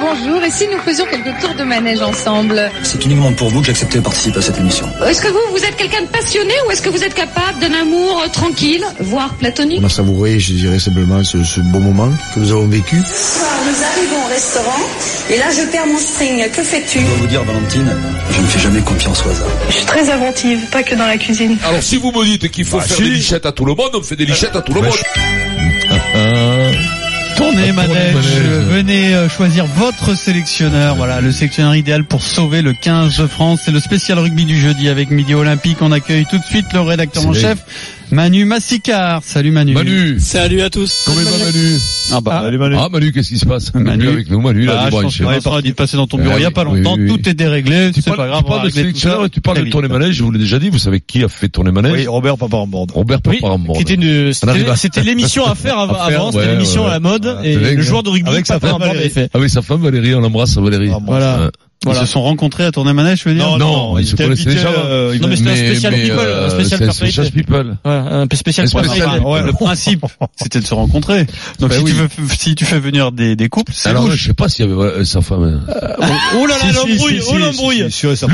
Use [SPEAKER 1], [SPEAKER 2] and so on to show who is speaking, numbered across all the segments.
[SPEAKER 1] Bonjour, et si nous faisions quelques tours de manège ensemble
[SPEAKER 2] C'est uniquement pour vous que j'acceptais de participer à cette émission.
[SPEAKER 3] Est-ce que vous, vous êtes quelqu'un de passionné ou est-ce que vous êtes capable d'un amour euh, tranquille, voire platonique
[SPEAKER 4] On a savouré, je dirais simplement, ce, ce beau moment que nous avons vécu.
[SPEAKER 5] Ce soir, nous arrivons au restaurant et là, je perds mon string. Que fais-tu
[SPEAKER 2] Je dois vous dire, Valentine, je ne fais jamais confiance au hasard.
[SPEAKER 6] Je suis très inventive, pas que dans la cuisine.
[SPEAKER 7] Alors si vous me dites qu'il faut faire des lichettes à tout le monde, on fait des lichettes à tout le monde.
[SPEAKER 8] Tournez manège,
[SPEAKER 4] manège.
[SPEAKER 8] euh, venez euh, choisir votre sélectionneur. Voilà, le sélectionneur idéal pour sauver le 15 de France. C'est le spécial rugby du jeudi avec Midi Olympique. On accueille tout de suite le rédacteur en
[SPEAKER 4] C'est
[SPEAKER 8] chef, Manu Massicard. Salut Manu.
[SPEAKER 9] Manu
[SPEAKER 10] Salut à tous.
[SPEAKER 9] Comment va Manu
[SPEAKER 8] Ah bah,
[SPEAKER 4] Ah.
[SPEAKER 8] salut Manu.
[SPEAKER 9] Ah Manu, qu'est-ce qui se passe Manu
[SPEAKER 8] Manu.
[SPEAKER 9] avec nous, Manu, là,
[SPEAKER 8] Bah,
[SPEAKER 9] du
[SPEAKER 8] je
[SPEAKER 9] bras,
[SPEAKER 8] pense
[SPEAKER 9] il
[SPEAKER 8] qu'on
[SPEAKER 9] fait-
[SPEAKER 8] avait parlé de passer dans ton
[SPEAKER 9] Eh
[SPEAKER 8] bureau il
[SPEAKER 9] oui,
[SPEAKER 8] y a pas
[SPEAKER 9] oui,
[SPEAKER 8] longtemps,
[SPEAKER 9] oui, oui.
[SPEAKER 8] tout est déréglé,
[SPEAKER 9] Tu
[SPEAKER 8] c'est pas
[SPEAKER 9] parles,
[SPEAKER 8] grave,
[SPEAKER 9] tu
[SPEAKER 8] on va
[SPEAKER 9] parles de
[SPEAKER 8] régler tout ça.
[SPEAKER 9] sélectionneur et tu parles de
[SPEAKER 8] Très
[SPEAKER 9] tourner
[SPEAKER 8] vite.
[SPEAKER 9] manège, je vous l'ai déjà dit, vous savez qui a fait tourner manège
[SPEAKER 4] Oui, Robert Papa en bande.
[SPEAKER 9] Robert
[SPEAKER 10] Oui.
[SPEAKER 9] Papin
[SPEAKER 10] Qui était une- c'était- C'était l'émission à faire avant,
[SPEAKER 9] À faire,
[SPEAKER 10] avant, c'était
[SPEAKER 9] ouais,
[SPEAKER 10] l'émission
[SPEAKER 9] ouais.
[SPEAKER 10] à la mode
[SPEAKER 9] Ah,
[SPEAKER 10] et
[SPEAKER 9] dingue,
[SPEAKER 10] le
[SPEAKER 9] hein.
[SPEAKER 10] joueur de rugby
[SPEAKER 9] Avec sa
[SPEAKER 10] Papin
[SPEAKER 9] femme,
[SPEAKER 10] Bande avait
[SPEAKER 9] Valérie.
[SPEAKER 10] fait.
[SPEAKER 9] Ah oui, sa femme Valérie, on l'embrasse Valérie.
[SPEAKER 10] Voilà.
[SPEAKER 9] Ouais.
[SPEAKER 8] Ils
[SPEAKER 10] Voilà.
[SPEAKER 8] se sont rencontrés à tourner manège, je veux
[SPEAKER 9] Non,
[SPEAKER 8] dire.
[SPEAKER 9] non, ils se
[SPEAKER 10] était
[SPEAKER 9] connaissaient
[SPEAKER 10] habitué,
[SPEAKER 9] déjà.
[SPEAKER 10] euh, non, mais c'était un spécial people, un spécial
[SPEAKER 9] c'est
[SPEAKER 10] fair
[SPEAKER 9] un
[SPEAKER 10] play.
[SPEAKER 9] spécial people.
[SPEAKER 10] Voilà, un spécial
[SPEAKER 9] Un spécial.
[SPEAKER 10] préparé.
[SPEAKER 8] Le principe, c'était de se rencontrer. Donc
[SPEAKER 9] Bah
[SPEAKER 8] si,
[SPEAKER 9] oui.
[SPEAKER 8] tu veux, si tu fais venir des, des couples, c'est
[SPEAKER 9] Alors,
[SPEAKER 8] louche.
[SPEAKER 9] je sais pas s'il y avait voilà, sa femme. hein.
[SPEAKER 10] Oh là là, l'embrouille, oh l'embrouille.
[SPEAKER 9] Lui, je sais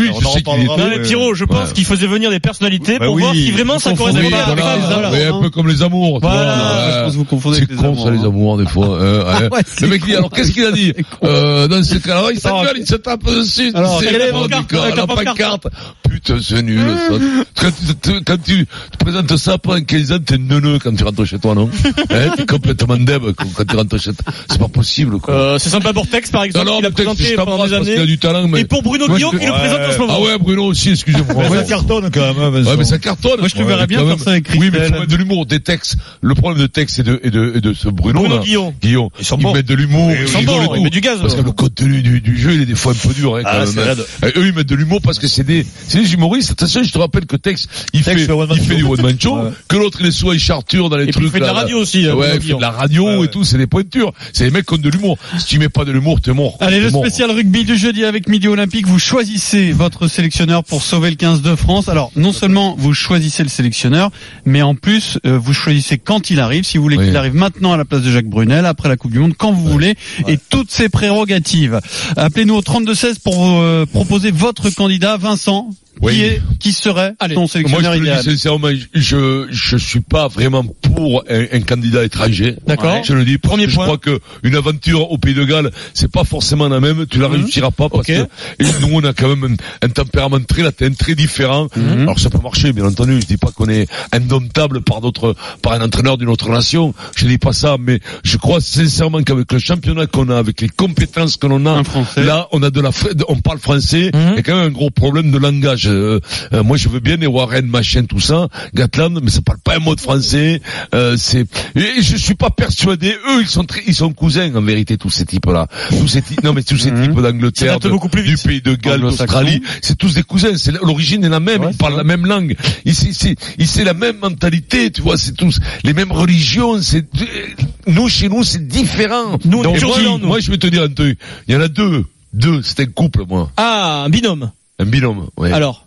[SPEAKER 9] qu'il
[SPEAKER 10] Non mais Pierrot, je pense
[SPEAKER 9] Ouais.
[SPEAKER 10] qu'il faisait venir des personnalités
[SPEAKER 4] Bah
[SPEAKER 10] pour
[SPEAKER 4] oui,
[SPEAKER 10] voir si vraiment ça
[SPEAKER 9] Oui,
[SPEAKER 10] correspondait avec
[SPEAKER 9] voilà,
[SPEAKER 10] les
[SPEAKER 9] voilà.
[SPEAKER 10] valeurs.
[SPEAKER 9] Mais un peu comme les amours. tu
[SPEAKER 10] Voilà.
[SPEAKER 9] vois,
[SPEAKER 8] Ah,
[SPEAKER 9] euh,
[SPEAKER 8] je pense que vous confondez
[SPEAKER 9] C'est
[SPEAKER 8] avec les
[SPEAKER 9] con ça les
[SPEAKER 8] amours,
[SPEAKER 9] amours des fois. hein, hein.
[SPEAKER 8] hein. Ouais,
[SPEAKER 9] Le
[SPEAKER 8] c'est
[SPEAKER 9] mec
[SPEAKER 8] con.
[SPEAKER 9] dit alors qu'est-ce qu'il a dit euh, Dans ce cas-là, il s'engueule, il se tape dessus.
[SPEAKER 8] Alors,
[SPEAKER 9] c'est
[SPEAKER 10] quelle est la
[SPEAKER 9] le bord du
[SPEAKER 10] pancarte
[SPEAKER 9] corps,
[SPEAKER 10] Avec
[SPEAKER 9] la
[SPEAKER 10] la pancarte.
[SPEAKER 9] pancarte. Putain, c'est nul. ça. Quand tu, tu- quand tu te présentes ça après un 15 ans, t'es neuneux quand tu rentres chez toi, non hein, T'es complètement deb quand quand tu rentres chez toi. C'est pas possible, quoi.
[SPEAKER 10] Euh, c'est sympa Vortex par exemple,
[SPEAKER 9] non,
[SPEAKER 10] il a
[SPEAKER 9] non, peut-être que
[SPEAKER 10] présenté
[SPEAKER 9] je
[SPEAKER 10] pendant
[SPEAKER 9] t'embrasse
[SPEAKER 10] des
[SPEAKER 9] parce qu'il a
[SPEAKER 10] années.
[SPEAKER 9] du talent, mais...
[SPEAKER 10] Et pour Bruno
[SPEAKER 9] Moi, je
[SPEAKER 10] Guillon
[SPEAKER 9] te-
[SPEAKER 10] qui le présente en ce moment.
[SPEAKER 9] Ah ouais, Bruno aussi, excusez-moi.
[SPEAKER 4] Ça cartonne quand même, hein, Vincent.
[SPEAKER 9] Ouais, mais ça cartonne.
[SPEAKER 8] Moi, je te verrais
[SPEAKER 9] Ouais,
[SPEAKER 8] bien
[SPEAKER 9] quand
[SPEAKER 8] faire
[SPEAKER 9] même.
[SPEAKER 8] ça avec
[SPEAKER 9] Oui, mais il
[SPEAKER 8] Christelle.
[SPEAKER 9] faut mettre de l'humour, des textes. Le problème de texte et de, et de, et de ce Bruno,
[SPEAKER 10] Bruno
[SPEAKER 9] là,
[SPEAKER 10] Guillon.
[SPEAKER 9] Guillon,
[SPEAKER 4] Ils sont
[SPEAKER 9] ils
[SPEAKER 4] bons.
[SPEAKER 9] mettent de l'humour, ils
[SPEAKER 10] Ils sont
[SPEAKER 9] rigolent
[SPEAKER 10] bons,
[SPEAKER 9] et
[SPEAKER 10] ils
[SPEAKER 9] tout.
[SPEAKER 10] mettent du gaz.
[SPEAKER 9] Parce que le contenu du, du jeu, il est des fois un peu dur, hein, quand
[SPEAKER 4] hein. Ah,
[SPEAKER 9] même.
[SPEAKER 4] c'est
[SPEAKER 9] hein.
[SPEAKER 4] raide.
[SPEAKER 9] Et eux, ils mettent de l'humour parce que c'est des, c'est des humoristes. Attention, je te rappelle que texte, il
[SPEAKER 4] Tex
[SPEAKER 9] fait,
[SPEAKER 4] fait one man
[SPEAKER 9] il fait
[SPEAKER 4] show.
[SPEAKER 9] du one man show,
[SPEAKER 4] Ouais.
[SPEAKER 9] que l'autre, il est soit il charture dans les
[SPEAKER 10] Et puis
[SPEAKER 9] trucs.
[SPEAKER 10] il fait de la
[SPEAKER 9] là, là.
[SPEAKER 10] radio aussi. euh,
[SPEAKER 9] Ouais,
[SPEAKER 10] Bruno
[SPEAKER 9] il fait
[SPEAKER 10] Guillon.
[SPEAKER 9] de la radio
[SPEAKER 4] Ouais, ouais.
[SPEAKER 9] et tout, c'est des pointures. C'est des mecs qui ont de l'humour. Si tu mets pas de l'humour, t'es mort.
[SPEAKER 8] Allez, le
[SPEAKER 9] T'es mort.
[SPEAKER 8] spécial rugby du jeudi avec Midi Olympique, vous choisissez votre sélectionneur pour sauver le 15 de France. Alors, non seulement vous choisissez le sélectionneur, mais en plus, euh, vous choisissez quand il arrive, si vous voulez
[SPEAKER 9] Oui.
[SPEAKER 8] qu'il arrive maintenant à la place de Jacques Brunel, après la Coupe du Monde, quand vous voulez, et toutes ses prérogatives. Appelez-nous au 32-16 pour vous, euh, proposer votre candidat, Vincent.
[SPEAKER 9] Oui.
[SPEAKER 8] Qui est, qui serait
[SPEAKER 10] Allez,
[SPEAKER 8] ton
[SPEAKER 9] Moi, je
[SPEAKER 8] sélectionneur
[SPEAKER 9] te le dis
[SPEAKER 8] idéal
[SPEAKER 9] sincèrement, je, je suis pas vraiment pour un, un candidat étranger.
[SPEAKER 10] D'accord.
[SPEAKER 9] Je le dis. parce
[SPEAKER 10] Premier
[SPEAKER 9] que
[SPEAKER 10] point.
[SPEAKER 9] Je crois que une aventure au Pays de Galles, c'est pas forcément la même. Tu la
[SPEAKER 8] Mhm.
[SPEAKER 9] réussiras pas parce
[SPEAKER 10] Ok.
[SPEAKER 9] que et nous, on a quand même un, un tempérament très latin, très différent.
[SPEAKER 8] Mhm.
[SPEAKER 9] Alors, ça peut marcher, bien entendu. Je dis pas qu'on est indomptable par d'autres, par un entraîneur d'une autre nation. Je dis pas ça, mais je crois sincèrement qu'avec le championnat qu'on a, avec les compétences que l'on a,
[SPEAKER 8] Un Français.
[SPEAKER 9] là, on a de la, fra- on parle français. Il
[SPEAKER 10] Mhm.
[SPEAKER 9] y a quand même un gros problème de langage. Euh, euh, moi, je veux bien les Warren, machin, tout ça, Gatland, mais ça parle pas un mot de français. Euh, c'est, et je suis pas persuadé. Eux, ils sont, très- ils sont cousins en vérité tous ces types-là. Tous ces types, non mais tous ces types
[SPEAKER 10] Mhm. Ça
[SPEAKER 9] d'Angleterre,
[SPEAKER 10] date
[SPEAKER 9] de-
[SPEAKER 10] beaucoup plus
[SPEAKER 9] du
[SPEAKER 10] vite.
[SPEAKER 9] pays de Galles,
[SPEAKER 8] Anglo-saxon.
[SPEAKER 9] d'Australie, c'est tous des cousins. C'est la- l'origine est la même. ils parlent la même langue. Ils, c'est, c'est, ils- c'est la même mentalité. Tu vois, c'est tous les mêmes religions. C'est euh, nous chez nous, c'est différent.
[SPEAKER 10] Nous, on est
[SPEAKER 9] Et moi,
[SPEAKER 10] turbulents, nous.
[SPEAKER 9] moi, Ah, je vais te dire un truc. Il y en a deux. Deux, c'est un couple, moi.
[SPEAKER 10] Ah, un binôme.
[SPEAKER 9] Un binôme. Ouais.
[SPEAKER 10] Alors,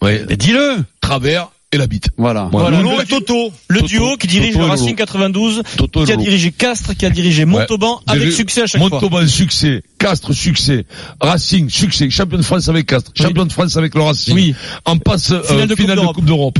[SPEAKER 9] Ouais.
[SPEAKER 10] dis-le.
[SPEAKER 9] Travers et la bite.
[SPEAKER 8] Voilà.
[SPEAKER 9] Moi,
[SPEAKER 10] Voilà,
[SPEAKER 9] Lolo
[SPEAKER 10] le
[SPEAKER 9] et
[SPEAKER 10] Toto, le
[SPEAKER 9] Toto.
[SPEAKER 10] duo qui dirige
[SPEAKER 9] Toto
[SPEAKER 10] le
[SPEAKER 9] et
[SPEAKER 10] Racing
[SPEAKER 9] Lolo.
[SPEAKER 10] 92,
[SPEAKER 9] Toto et
[SPEAKER 10] qui a
[SPEAKER 9] Lolo.
[SPEAKER 10] dirigé Castres, qui a dirigé Montauban avec
[SPEAKER 9] Déjà,
[SPEAKER 10] succès à chaque fois.
[SPEAKER 9] Montauban, succès. Castres, succès. Racing, succès. Champion de France avec Castres.
[SPEAKER 10] Oui.
[SPEAKER 9] Champion de France avec le Racing.
[SPEAKER 10] Oui.
[SPEAKER 9] En passe euh,
[SPEAKER 10] Finale de Coupe
[SPEAKER 9] finale de
[SPEAKER 10] d'Europe.
[SPEAKER 9] Coupe d'europe.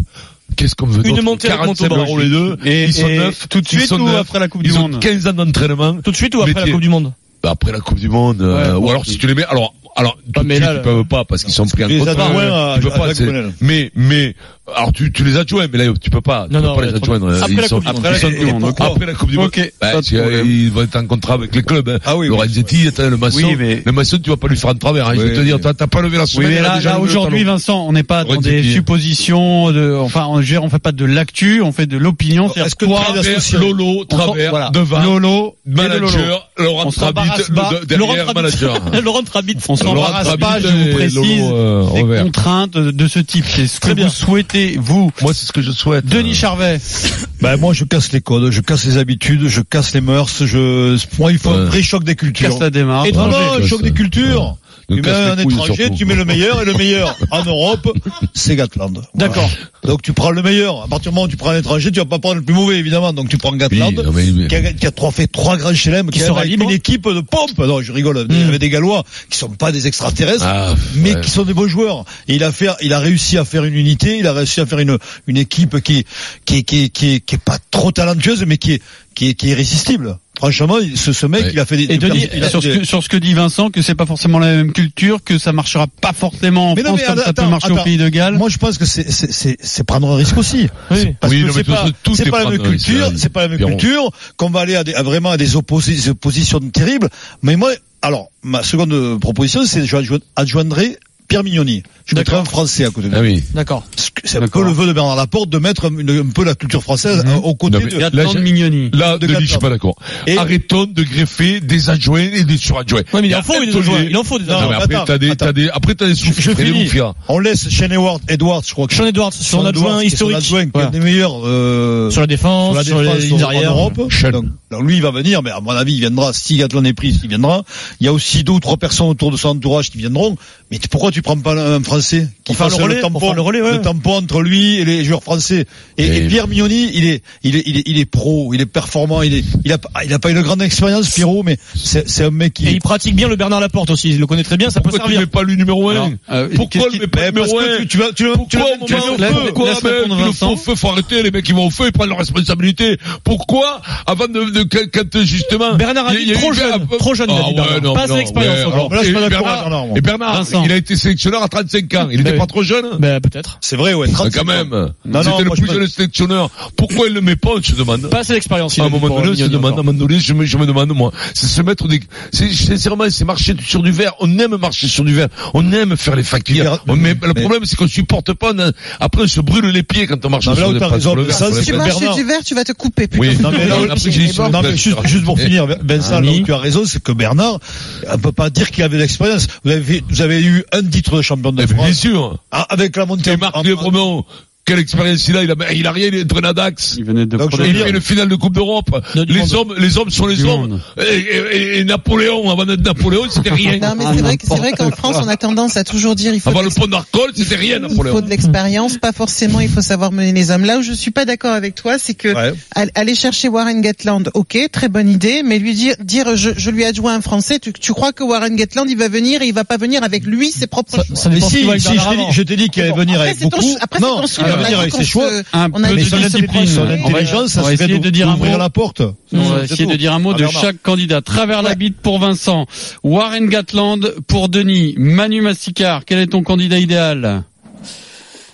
[SPEAKER 9] Qu'est-ce qu'on veut
[SPEAKER 10] Une
[SPEAKER 9] d'autre
[SPEAKER 10] montée avec
[SPEAKER 9] 45
[SPEAKER 10] Montauban.
[SPEAKER 9] euros les deux.
[SPEAKER 8] Et-
[SPEAKER 9] ils sont
[SPEAKER 8] et
[SPEAKER 9] neufs.
[SPEAKER 8] tout de
[SPEAKER 9] Ils
[SPEAKER 8] suite
[SPEAKER 9] sont
[SPEAKER 8] ou
[SPEAKER 9] neufs.
[SPEAKER 8] après la Coupe du
[SPEAKER 9] Ils
[SPEAKER 8] Monde
[SPEAKER 9] ont 15 ans d'entraînement.
[SPEAKER 10] Tout de suite ou après
[SPEAKER 9] Métier.
[SPEAKER 10] la Coupe du Monde
[SPEAKER 9] Bah, après la Coupe du Monde. euh,
[SPEAKER 10] Ouais.
[SPEAKER 9] ou alors si tu les mets. Alors, alors tout de
[SPEAKER 10] mais
[SPEAKER 9] suite,
[SPEAKER 10] là,
[SPEAKER 9] ils
[SPEAKER 10] le-
[SPEAKER 9] peuvent pas parce qu'ils sont pris en
[SPEAKER 4] les
[SPEAKER 9] contrat.
[SPEAKER 4] adjoints, euh,
[SPEAKER 9] Tu peux
[SPEAKER 4] à
[SPEAKER 9] pas,
[SPEAKER 4] Jacques
[SPEAKER 9] c'est-
[SPEAKER 4] Brunel.
[SPEAKER 9] Mais mais alors tu tu les adjoins mais là tu peux pas. Tu
[SPEAKER 10] Non,
[SPEAKER 9] peux
[SPEAKER 10] non,
[SPEAKER 9] pas
[SPEAKER 10] ouais,
[SPEAKER 9] les adjoindre.
[SPEAKER 10] après
[SPEAKER 9] Ils
[SPEAKER 10] la
[SPEAKER 9] sont-
[SPEAKER 10] Coupe du Monde.
[SPEAKER 9] ils sont-
[SPEAKER 8] Après la Coupe du Monde, ok.
[SPEAKER 9] Après la Coupe du Monde.
[SPEAKER 8] Ok,
[SPEAKER 9] Bah,
[SPEAKER 8] pas de
[SPEAKER 9] tu- euh,
[SPEAKER 8] problème.
[SPEAKER 9] il va être en contrat avec les clubs. Hein.
[SPEAKER 4] Ah oui, oui.
[SPEAKER 9] Lorenzetti, attends, le maçon.
[SPEAKER 8] Oui, mais-
[SPEAKER 9] Le maçon, tu vas pas lui faire un travers. Hein. Je vais
[SPEAKER 4] Oui.
[SPEAKER 9] te dire, t'as t'as pas levé la
[SPEAKER 8] Oui,
[SPEAKER 9] semaine.
[SPEAKER 8] mais
[SPEAKER 9] il a
[SPEAKER 8] là,
[SPEAKER 9] déjà
[SPEAKER 8] là,
[SPEAKER 9] levé le
[SPEAKER 8] aujourd'hui,
[SPEAKER 9] talon.
[SPEAKER 8] Vincent, on n'est pas dans des
[SPEAKER 9] Redis-le.
[SPEAKER 8] suppositions. De, enfin, on, gère- on fait pas de l'actu, on fait de l'opinion. C'est-à-dire
[SPEAKER 4] Est-ce que
[SPEAKER 8] toi,
[SPEAKER 4] Travers- hein
[SPEAKER 9] Travers, Lolo, Travers,
[SPEAKER 8] voilà.
[SPEAKER 9] Devin,
[SPEAKER 8] Lolo,
[SPEAKER 9] manager, Laurent
[SPEAKER 8] On
[SPEAKER 9] Trabit,
[SPEAKER 8] s'embarrasse pas.
[SPEAKER 9] le-
[SPEAKER 10] Laurent
[SPEAKER 9] derrière
[SPEAKER 10] Trabit.
[SPEAKER 9] manager.
[SPEAKER 10] Laurent Trabit.
[SPEAKER 8] On s'embarrasse
[SPEAKER 9] Laurent
[SPEAKER 8] pas, je
[SPEAKER 9] Trabit
[SPEAKER 8] vous
[SPEAKER 9] et
[SPEAKER 8] précise,
[SPEAKER 9] Lolo, euh,
[SPEAKER 8] des
[SPEAKER 9] Robert.
[SPEAKER 8] contraintes de ce type. C'est ce que
[SPEAKER 10] Très bien.
[SPEAKER 8] vous souhaitez souhaitez, vous,
[SPEAKER 9] Moi, c'est ce que je souhaite.
[SPEAKER 8] Denis
[SPEAKER 4] euh.
[SPEAKER 9] Charles
[SPEAKER 8] Charvet
[SPEAKER 4] Ben moi je casse les codes, je casse les habitudes, je casse les mœurs, je pour moi il faut
[SPEAKER 9] Ouais.
[SPEAKER 4] un vrai choc des cultures.
[SPEAKER 8] casse la démarche.
[SPEAKER 4] Et
[SPEAKER 9] Ouais,
[SPEAKER 4] vraiment,
[SPEAKER 9] je
[SPEAKER 4] un choc
[SPEAKER 9] casse-
[SPEAKER 4] des cultures.
[SPEAKER 9] Ne
[SPEAKER 4] Tu mets
[SPEAKER 9] Ah. casse
[SPEAKER 4] un
[SPEAKER 9] les couilles,
[SPEAKER 4] étranger,
[SPEAKER 9] surtout.
[SPEAKER 4] tu mets le meilleur et le meilleur en Europe, c'est Gatland. Voilà.
[SPEAKER 8] D'accord.
[SPEAKER 4] Donc tu prends le meilleur. À partir du moment où tu prends un étranger, tu vas pas prendre le plus mauvais évidemment. Donc tu prends Gatland.
[SPEAKER 9] Oui, non, mais-
[SPEAKER 4] qui a, qui a trois, fait trois grands chelem, qui,
[SPEAKER 10] Qui
[SPEAKER 4] est
[SPEAKER 10] sera
[SPEAKER 4] avec
[SPEAKER 10] libre.
[SPEAKER 4] une équipe de pompe. Non, je rigole. Il y avait des Gallois qui sont pas des extraterrestres,
[SPEAKER 9] Mm. Ah,
[SPEAKER 4] mais
[SPEAKER 9] ouais.
[SPEAKER 4] qui sont des beaux joueurs. Et il a fait, il a réussi à faire une unité, il a réussi à faire une une équipe qui qui qui qui est, qui est pas trop talentueuse, mais qui est qui est, qui est irrésistible. Franchement, il- ce, ce mec,
[SPEAKER 9] Ouais.
[SPEAKER 4] il a fait des.
[SPEAKER 8] Et Denis,
[SPEAKER 4] il a fait
[SPEAKER 8] sur, ce
[SPEAKER 4] des-
[SPEAKER 8] que, sur ce que dit Vincent, que c'est pas forcément la même culture, que ça marchera pas forcément en
[SPEAKER 4] Mais non,
[SPEAKER 8] France
[SPEAKER 4] mais
[SPEAKER 8] comme ça peut
[SPEAKER 4] attends,
[SPEAKER 8] marcher au
[SPEAKER 4] attends.
[SPEAKER 8] pays de Galles.
[SPEAKER 4] Moi, je pense que c'est c'est c'est c'est prendre un risque aussi.
[SPEAKER 10] Oui.
[SPEAKER 4] Parce
[SPEAKER 9] Oui,
[SPEAKER 4] que
[SPEAKER 9] non, mais de
[SPEAKER 4] c'est
[SPEAKER 9] toute
[SPEAKER 4] pas,
[SPEAKER 9] façon, tout
[SPEAKER 4] c'est
[SPEAKER 9] est
[SPEAKER 4] pas la même
[SPEAKER 9] prendre un risque,
[SPEAKER 4] culture,
[SPEAKER 9] hein,
[SPEAKER 4] c'est pas la même
[SPEAKER 9] Pierrot.
[SPEAKER 4] culture, qu'on va aller à, des, à vraiment à des opposi- des oppositions terribles. Mais moi, alors, ma seconde proposition, c'est je adjo- adjoindrai Pierre Mignoni. Je mettrai un Français à côté de lui.
[SPEAKER 9] Ah oui.
[SPEAKER 10] D'accord.
[SPEAKER 4] Parce que C'est un peu le vœu de Bernard Laporte de mettre une- un peu la culture française hein, aux côtés
[SPEAKER 9] Mhm. Non, mais
[SPEAKER 4] de...
[SPEAKER 8] Il y a
[SPEAKER 9] là,
[SPEAKER 8] tant de
[SPEAKER 9] j'ai-
[SPEAKER 8] mignonnies.
[SPEAKER 9] Là,
[SPEAKER 4] De
[SPEAKER 9] Denis, je suis
[SPEAKER 4] Gatland.
[SPEAKER 9] pas d'accord.
[SPEAKER 4] Et-
[SPEAKER 9] Arrêtons de greffer des adjoints et des suradjoints.
[SPEAKER 10] Ouais, mais il en
[SPEAKER 9] a
[SPEAKER 10] faut
[SPEAKER 9] un
[SPEAKER 10] des
[SPEAKER 9] taulier.
[SPEAKER 10] adjoints. Il en faut des
[SPEAKER 9] Non,
[SPEAKER 10] adjoints.
[SPEAKER 9] mais après,
[SPEAKER 4] Attends,
[SPEAKER 9] t'as des,
[SPEAKER 4] attends.
[SPEAKER 9] t'as des, après, t'as des
[SPEAKER 4] Je, je
[SPEAKER 9] souffles.
[SPEAKER 4] finis. On laisse Shane Edwards, Edwards, je crois que
[SPEAKER 10] Sean Edwards, son adjoint
[SPEAKER 4] Edwards, qui est
[SPEAKER 10] historique.
[SPEAKER 4] Son adjoint, qui est
[SPEAKER 10] Voilà.
[SPEAKER 4] un des meilleurs... euh,
[SPEAKER 10] Sur la défense,
[SPEAKER 4] sur
[SPEAKER 10] sur
[SPEAKER 4] la
[SPEAKER 10] les
[SPEAKER 4] défense
[SPEAKER 10] lignes
[SPEAKER 4] en- en
[SPEAKER 10] arrière.
[SPEAKER 4] Europe.
[SPEAKER 9] Sean.
[SPEAKER 4] Donc, alors lui, il va venir, mais à mon avis, il viendra. Si Gatlin est pris, il viendra. Il y a aussi deux ou trois personnes autour de son entourage qui viendront. Mais tu- pourquoi tu prends pas un Français qui
[SPEAKER 10] Pour faire
[SPEAKER 4] fasse
[SPEAKER 10] le relais, pour
[SPEAKER 4] tampon,
[SPEAKER 10] faire le relais, ouais.
[SPEAKER 4] tampon entre lui et les joueurs français Et,
[SPEAKER 9] Et-
[SPEAKER 4] et Pierre Mignoni, il est, il est, il est, il est pro, il est performant, il est, il a, pas- il a pas une grande expérience, Pierrot, mais c'est, c'est un mec qui.
[SPEAKER 10] Et il pratique bien le Bernard Laporte aussi. Il le connaît très bien, ça peut
[SPEAKER 9] Pourquoi tu
[SPEAKER 10] servir.
[SPEAKER 9] mets pas le numéro
[SPEAKER 8] Alors,
[SPEAKER 9] 1
[SPEAKER 8] euh,
[SPEAKER 9] Pourquoi
[SPEAKER 8] qu'est-ce
[SPEAKER 9] le
[SPEAKER 8] qui-
[SPEAKER 9] mets pas le
[SPEAKER 4] Eh, parce
[SPEAKER 9] numéro
[SPEAKER 4] que
[SPEAKER 9] 1
[SPEAKER 4] tu, tu vas, tu vas, tu
[SPEAKER 9] Pourquoi
[SPEAKER 4] vas-
[SPEAKER 9] au
[SPEAKER 4] tu vas-
[SPEAKER 9] moment où
[SPEAKER 8] laisse-
[SPEAKER 9] feu Pourquoi
[SPEAKER 8] laisse
[SPEAKER 9] ben,
[SPEAKER 8] répondre
[SPEAKER 9] tu le
[SPEAKER 8] Vincent.
[SPEAKER 9] fais au feu, faut arrêter, les mecs ils vont au feu, ils prennent leurs responsabilités. Pourquoi avant de, de quand- quand justement
[SPEAKER 10] Bernard a
[SPEAKER 9] il y
[SPEAKER 10] dit
[SPEAKER 9] il y
[SPEAKER 10] trop
[SPEAKER 9] eu-
[SPEAKER 10] jeune,
[SPEAKER 9] ah,
[SPEAKER 10] trop jeune, il a dit
[SPEAKER 9] ah, ouais,
[SPEAKER 10] Bernard.
[SPEAKER 9] non,
[SPEAKER 10] Pas assez
[SPEAKER 9] non,
[SPEAKER 10] d'expérience
[SPEAKER 9] ouais,
[SPEAKER 10] encore.
[SPEAKER 9] alors,
[SPEAKER 4] Là, je suis
[SPEAKER 9] et
[SPEAKER 4] pas d'accord
[SPEAKER 9] Bernard-
[SPEAKER 4] avec Bernard, moi.
[SPEAKER 9] Et Bernard,
[SPEAKER 8] Vincent.
[SPEAKER 9] il a été sélectionneur à 35 ans, il
[SPEAKER 10] Ben
[SPEAKER 9] n'était
[SPEAKER 10] oui.
[SPEAKER 9] pas trop jeune
[SPEAKER 10] Ben, peut-être.
[SPEAKER 4] C'est vrai, ouais.
[SPEAKER 9] Ah,
[SPEAKER 4] 35
[SPEAKER 9] quand même.
[SPEAKER 4] Non, non,
[SPEAKER 9] C'était le
[SPEAKER 4] moi,
[SPEAKER 9] plus
[SPEAKER 4] je-
[SPEAKER 9] jeune sélectionneur. Pourquoi il le met pas, on se demande.
[SPEAKER 10] Pas assez d'expérience. il
[SPEAKER 9] À
[SPEAKER 10] a
[SPEAKER 9] un
[SPEAKER 10] dit
[SPEAKER 9] moment
[SPEAKER 10] pour
[SPEAKER 9] donné, on se
[SPEAKER 10] Mignoni
[SPEAKER 9] demande, à un
[SPEAKER 10] encore.
[SPEAKER 9] moment donné, je me, je me demande, moi, c'est se mettre des, c'est, sincèrement, c'est marcher sur du verre, on aime marcher sur du verre, on aime faire les
[SPEAKER 4] Mais-
[SPEAKER 9] factures, on aime- le
[SPEAKER 4] mais-
[SPEAKER 9] problème, c'est qu'on supporte pas, on a- après, on se brûle les pieds quand on marche
[SPEAKER 4] Non, mais là
[SPEAKER 9] sur,
[SPEAKER 4] où
[SPEAKER 9] des-
[SPEAKER 4] t'as
[SPEAKER 9] pas
[SPEAKER 4] raison,
[SPEAKER 9] sur le
[SPEAKER 4] mais
[SPEAKER 9] verre.
[SPEAKER 4] ça,
[SPEAKER 9] sur les
[SPEAKER 4] c'est
[SPEAKER 9] plaines.
[SPEAKER 4] pas- Bernard.
[SPEAKER 11] verre, Ah, tu vas te couper, putain.
[SPEAKER 9] Oui.
[SPEAKER 4] Non mais, là,
[SPEAKER 9] Après, j'ai dit sur le
[SPEAKER 4] non, mais
[SPEAKER 9] plateau.
[SPEAKER 4] juste, juste pour
[SPEAKER 9] Eh,
[SPEAKER 4] finir, Vincent,
[SPEAKER 10] Ami.
[SPEAKER 4] donc tu as raison, c'est que Bernard, on peut pas dire qu'il avait de l'expérience. Vous avez, vous avez eu un titre de champion de
[SPEAKER 9] eh, bien
[SPEAKER 4] France
[SPEAKER 9] sûr.
[SPEAKER 4] Ah, avec la montée
[SPEAKER 9] Et
[SPEAKER 4] en-
[SPEAKER 9] Marc
[SPEAKER 4] en-
[SPEAKER 9] Lévremont, quelle expérience il a, il a, il a rien, il est entraîné à Dax.
[SPEAKER 8] Il venait de
[SPEAKER 4] Donc, je
[SPEAKER 8] prendre-
[SPEAKER 4] veux
[SPEAKER 9] Il
[SPEAKER 4] dire-
[SPEAKER 9] fait une finale de Coupe d'Europe.
[SPEAKER 10] Non, du
[SPEAKER 9] Les
[SPEAKER 10] monde.
[SPEAKER 9] hommes, les hommes sont les
[SPEAKER 8] Du
[SPEAKER 9] hommes.
[SPEAKER 8] monde.
[SPEAKER 9] Et, et- et Napoléon, avant d'être Napoléon, c'était rien.
[SPEAKER 4] Ah,
[SPEAKER 11] Non, mais c'est vrai, que- c'est vrai qu'en France, on a tendance à toujours dire il faut,
[SPEAKER 9] Avant
[SPEAKER 11] de
[SPEAKER 9] le
[SPEAKER 11] l'ex-
[SPEAKER 9] pont d'Arcole, c'était rien,
[SPEAKER 11] il faut
[SPEAKER 9] Napoléon.
[SPEAKER 11] de l'expérience, pas forcément il faut savoir mener les hommes. Là où je suis pas d'accord avec toi, c'est que
[SPEAKER 12] Ah,
[SPEAKER 4] Ouais.
[SPEAKER 11] all- aller chercher Warren Gatland, ok, très bonne idée, mais lui dire, dire je, je lui adjoins un Français, tu, tu crois que Warren Gatland il va venir et il va pas venir avec lui ses propres choix.
[SPEAKER 10] Ça
[SPEAKER 4] Mais
[SPEAKER 10] dépend
[SPEAKER 4] si,
[SPEAKER 10] qui va avec
[SPEAKER 4] si, je
[SPEAKER 10] Bernard
[SPEAKER 4] t'ai dit-
[SPEAKER 10] avant.
[SPEAKER 4] je t'ai dit qu'il allait
[SPEAKER 11] Bon,
[SPEAKER 4] venir
[SPEAKER 11] après,
[SPEAKER 4] avec
[SPEAKER 11] c'est ton-
[SPEAKER 4] beaucoup.
[SPEAKER 11] après, c'est
[SPEAKER 4] non,
[SPEAKER 11] ton
[SPEAKER 4] il
[SPEAKER 11] choix.
[SPEAKER 4] va
[SPEAKER 11] Après,
[SPEAKER 4] venir avec
[SPEAKER 11] qu'on
[SPEAKER 4] ses
[SPEAKER 11] se-
[SPEAKER 4] choix.
[SPEAKER 8] Un
[SPEAKER 11] on a
[SPEAKER 8] peu
[SPEAKER 11] dit
[SPEAKER 4] Mais
[SPEAKER 8] de
[SPEAKER 4] son
[SPEAKER 11] se
[SPEAKER 4] discipline,
[SPEAKER 8] discipline.
[SPEAKER 4] son
[SPEAKER 11] préparer.
[SPEAKER 8] On va-
[SPEAKER 4] intelligence, ça
[SPEAKER 8] on va
[SPEAKER 4] fait
[SPEAKER 8] essayer de dire un
[SPEAKER 4] d'ouvrir
[SPEAKER 8] mot.
[SPEAKER 4] la porte.
[SPEAKER 8] On va
[SPEAKER 4] Mm. C'est
[SPEAKER 8] essayer
[SPEAKER 4] tout.
[SPEAKER 8] de dire un mot de
[SPEAKER 4] Ah, Bernard.
[SPEAKER 8] chaque candidat. Travers la bite pour Vincent, Warren Gatland pour Denis, Manu Massicard, quel est ton candidat idéal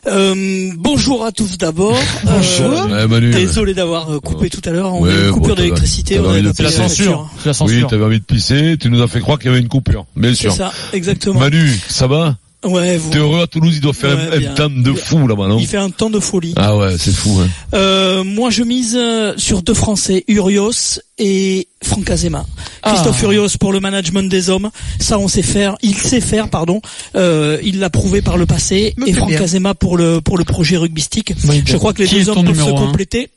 [SPEAKER 12] Euh, bonjour à tous d'abord. Euh,
[SPEAKER 9] Ouais, Manu.
[SPEAKER 12] Désolé d'avoir euh, coupé tout à l'heure. On
[SPEAKER 9] Ouais,
[SPEAKER 12] a eu une
[SPEAKER 9] bon,
[SPEAKER 12] coupure
[SPEAKER 9] t'as-
[SPEAKER 12] d'électricité.
[SPEAKER 9] t'as
[SPEAKER 12] on a
[SPEAKER 9] envie de
[SPEAKER 12] tapé
[SPEAKER 10] C'est la
[SPEAKER 9] C'est la
[SPEAKER 10] censure. C'est la
[SPEAKER 9] Oui,
[SPEAKER 10] censure.
[SPEAKER 9] t'avais envie de pisser, tu nous as fait croire qu'il y avait une coupure, bien
[SPEAKER 12] C'est
[SPEAKER 9] sûr.
[SPEAKER 12] ça, exactement.
[SPEAKER 9] Manu, ça va
[SPEAKER 12] Ouais, vous.
[SPEAKER 9] T'es heureux à Toulouse, il doit faire
[SPEAKER 12] Ouais,
[SPEAKER 9] un- un,
[SPEAKER 12] bien.
[SPEAKER 9] temps de fou là-bas, non
[SPEAKER 12] Il fait un temps de folie.
[SPEAKER 9] Ah ouais, c'est fou. Hein.
[SPEAKER 12] Euh, moi, je mise euh, sur deux Français, Urios et Franck Azema. Christophe Urios pour le management des hommes, ça on sait faire. Il sait faire, pardon. Euh, il l'a prouvé par le passé.
[SPEAKER 11] Me
[SPEAKER 12] Et
[SPEAKER 11] plaît
[SPEAKER 12] Franck
[SPEAKER 11] bien.
[SPEAKER 12] Azema pour le pour le projet rugbystique.
[SPEAKER 10] Oui, bien.
[SPEAKER 12] je crois que les
[SPEAKER 8] Qui est
[SPEAKER 12] deux
[SPEAKER 8] ton
[SPEAKER 12] hommes peuvent se
[SPEAKER 8] numéro un
[SPEAKER 12] compléter.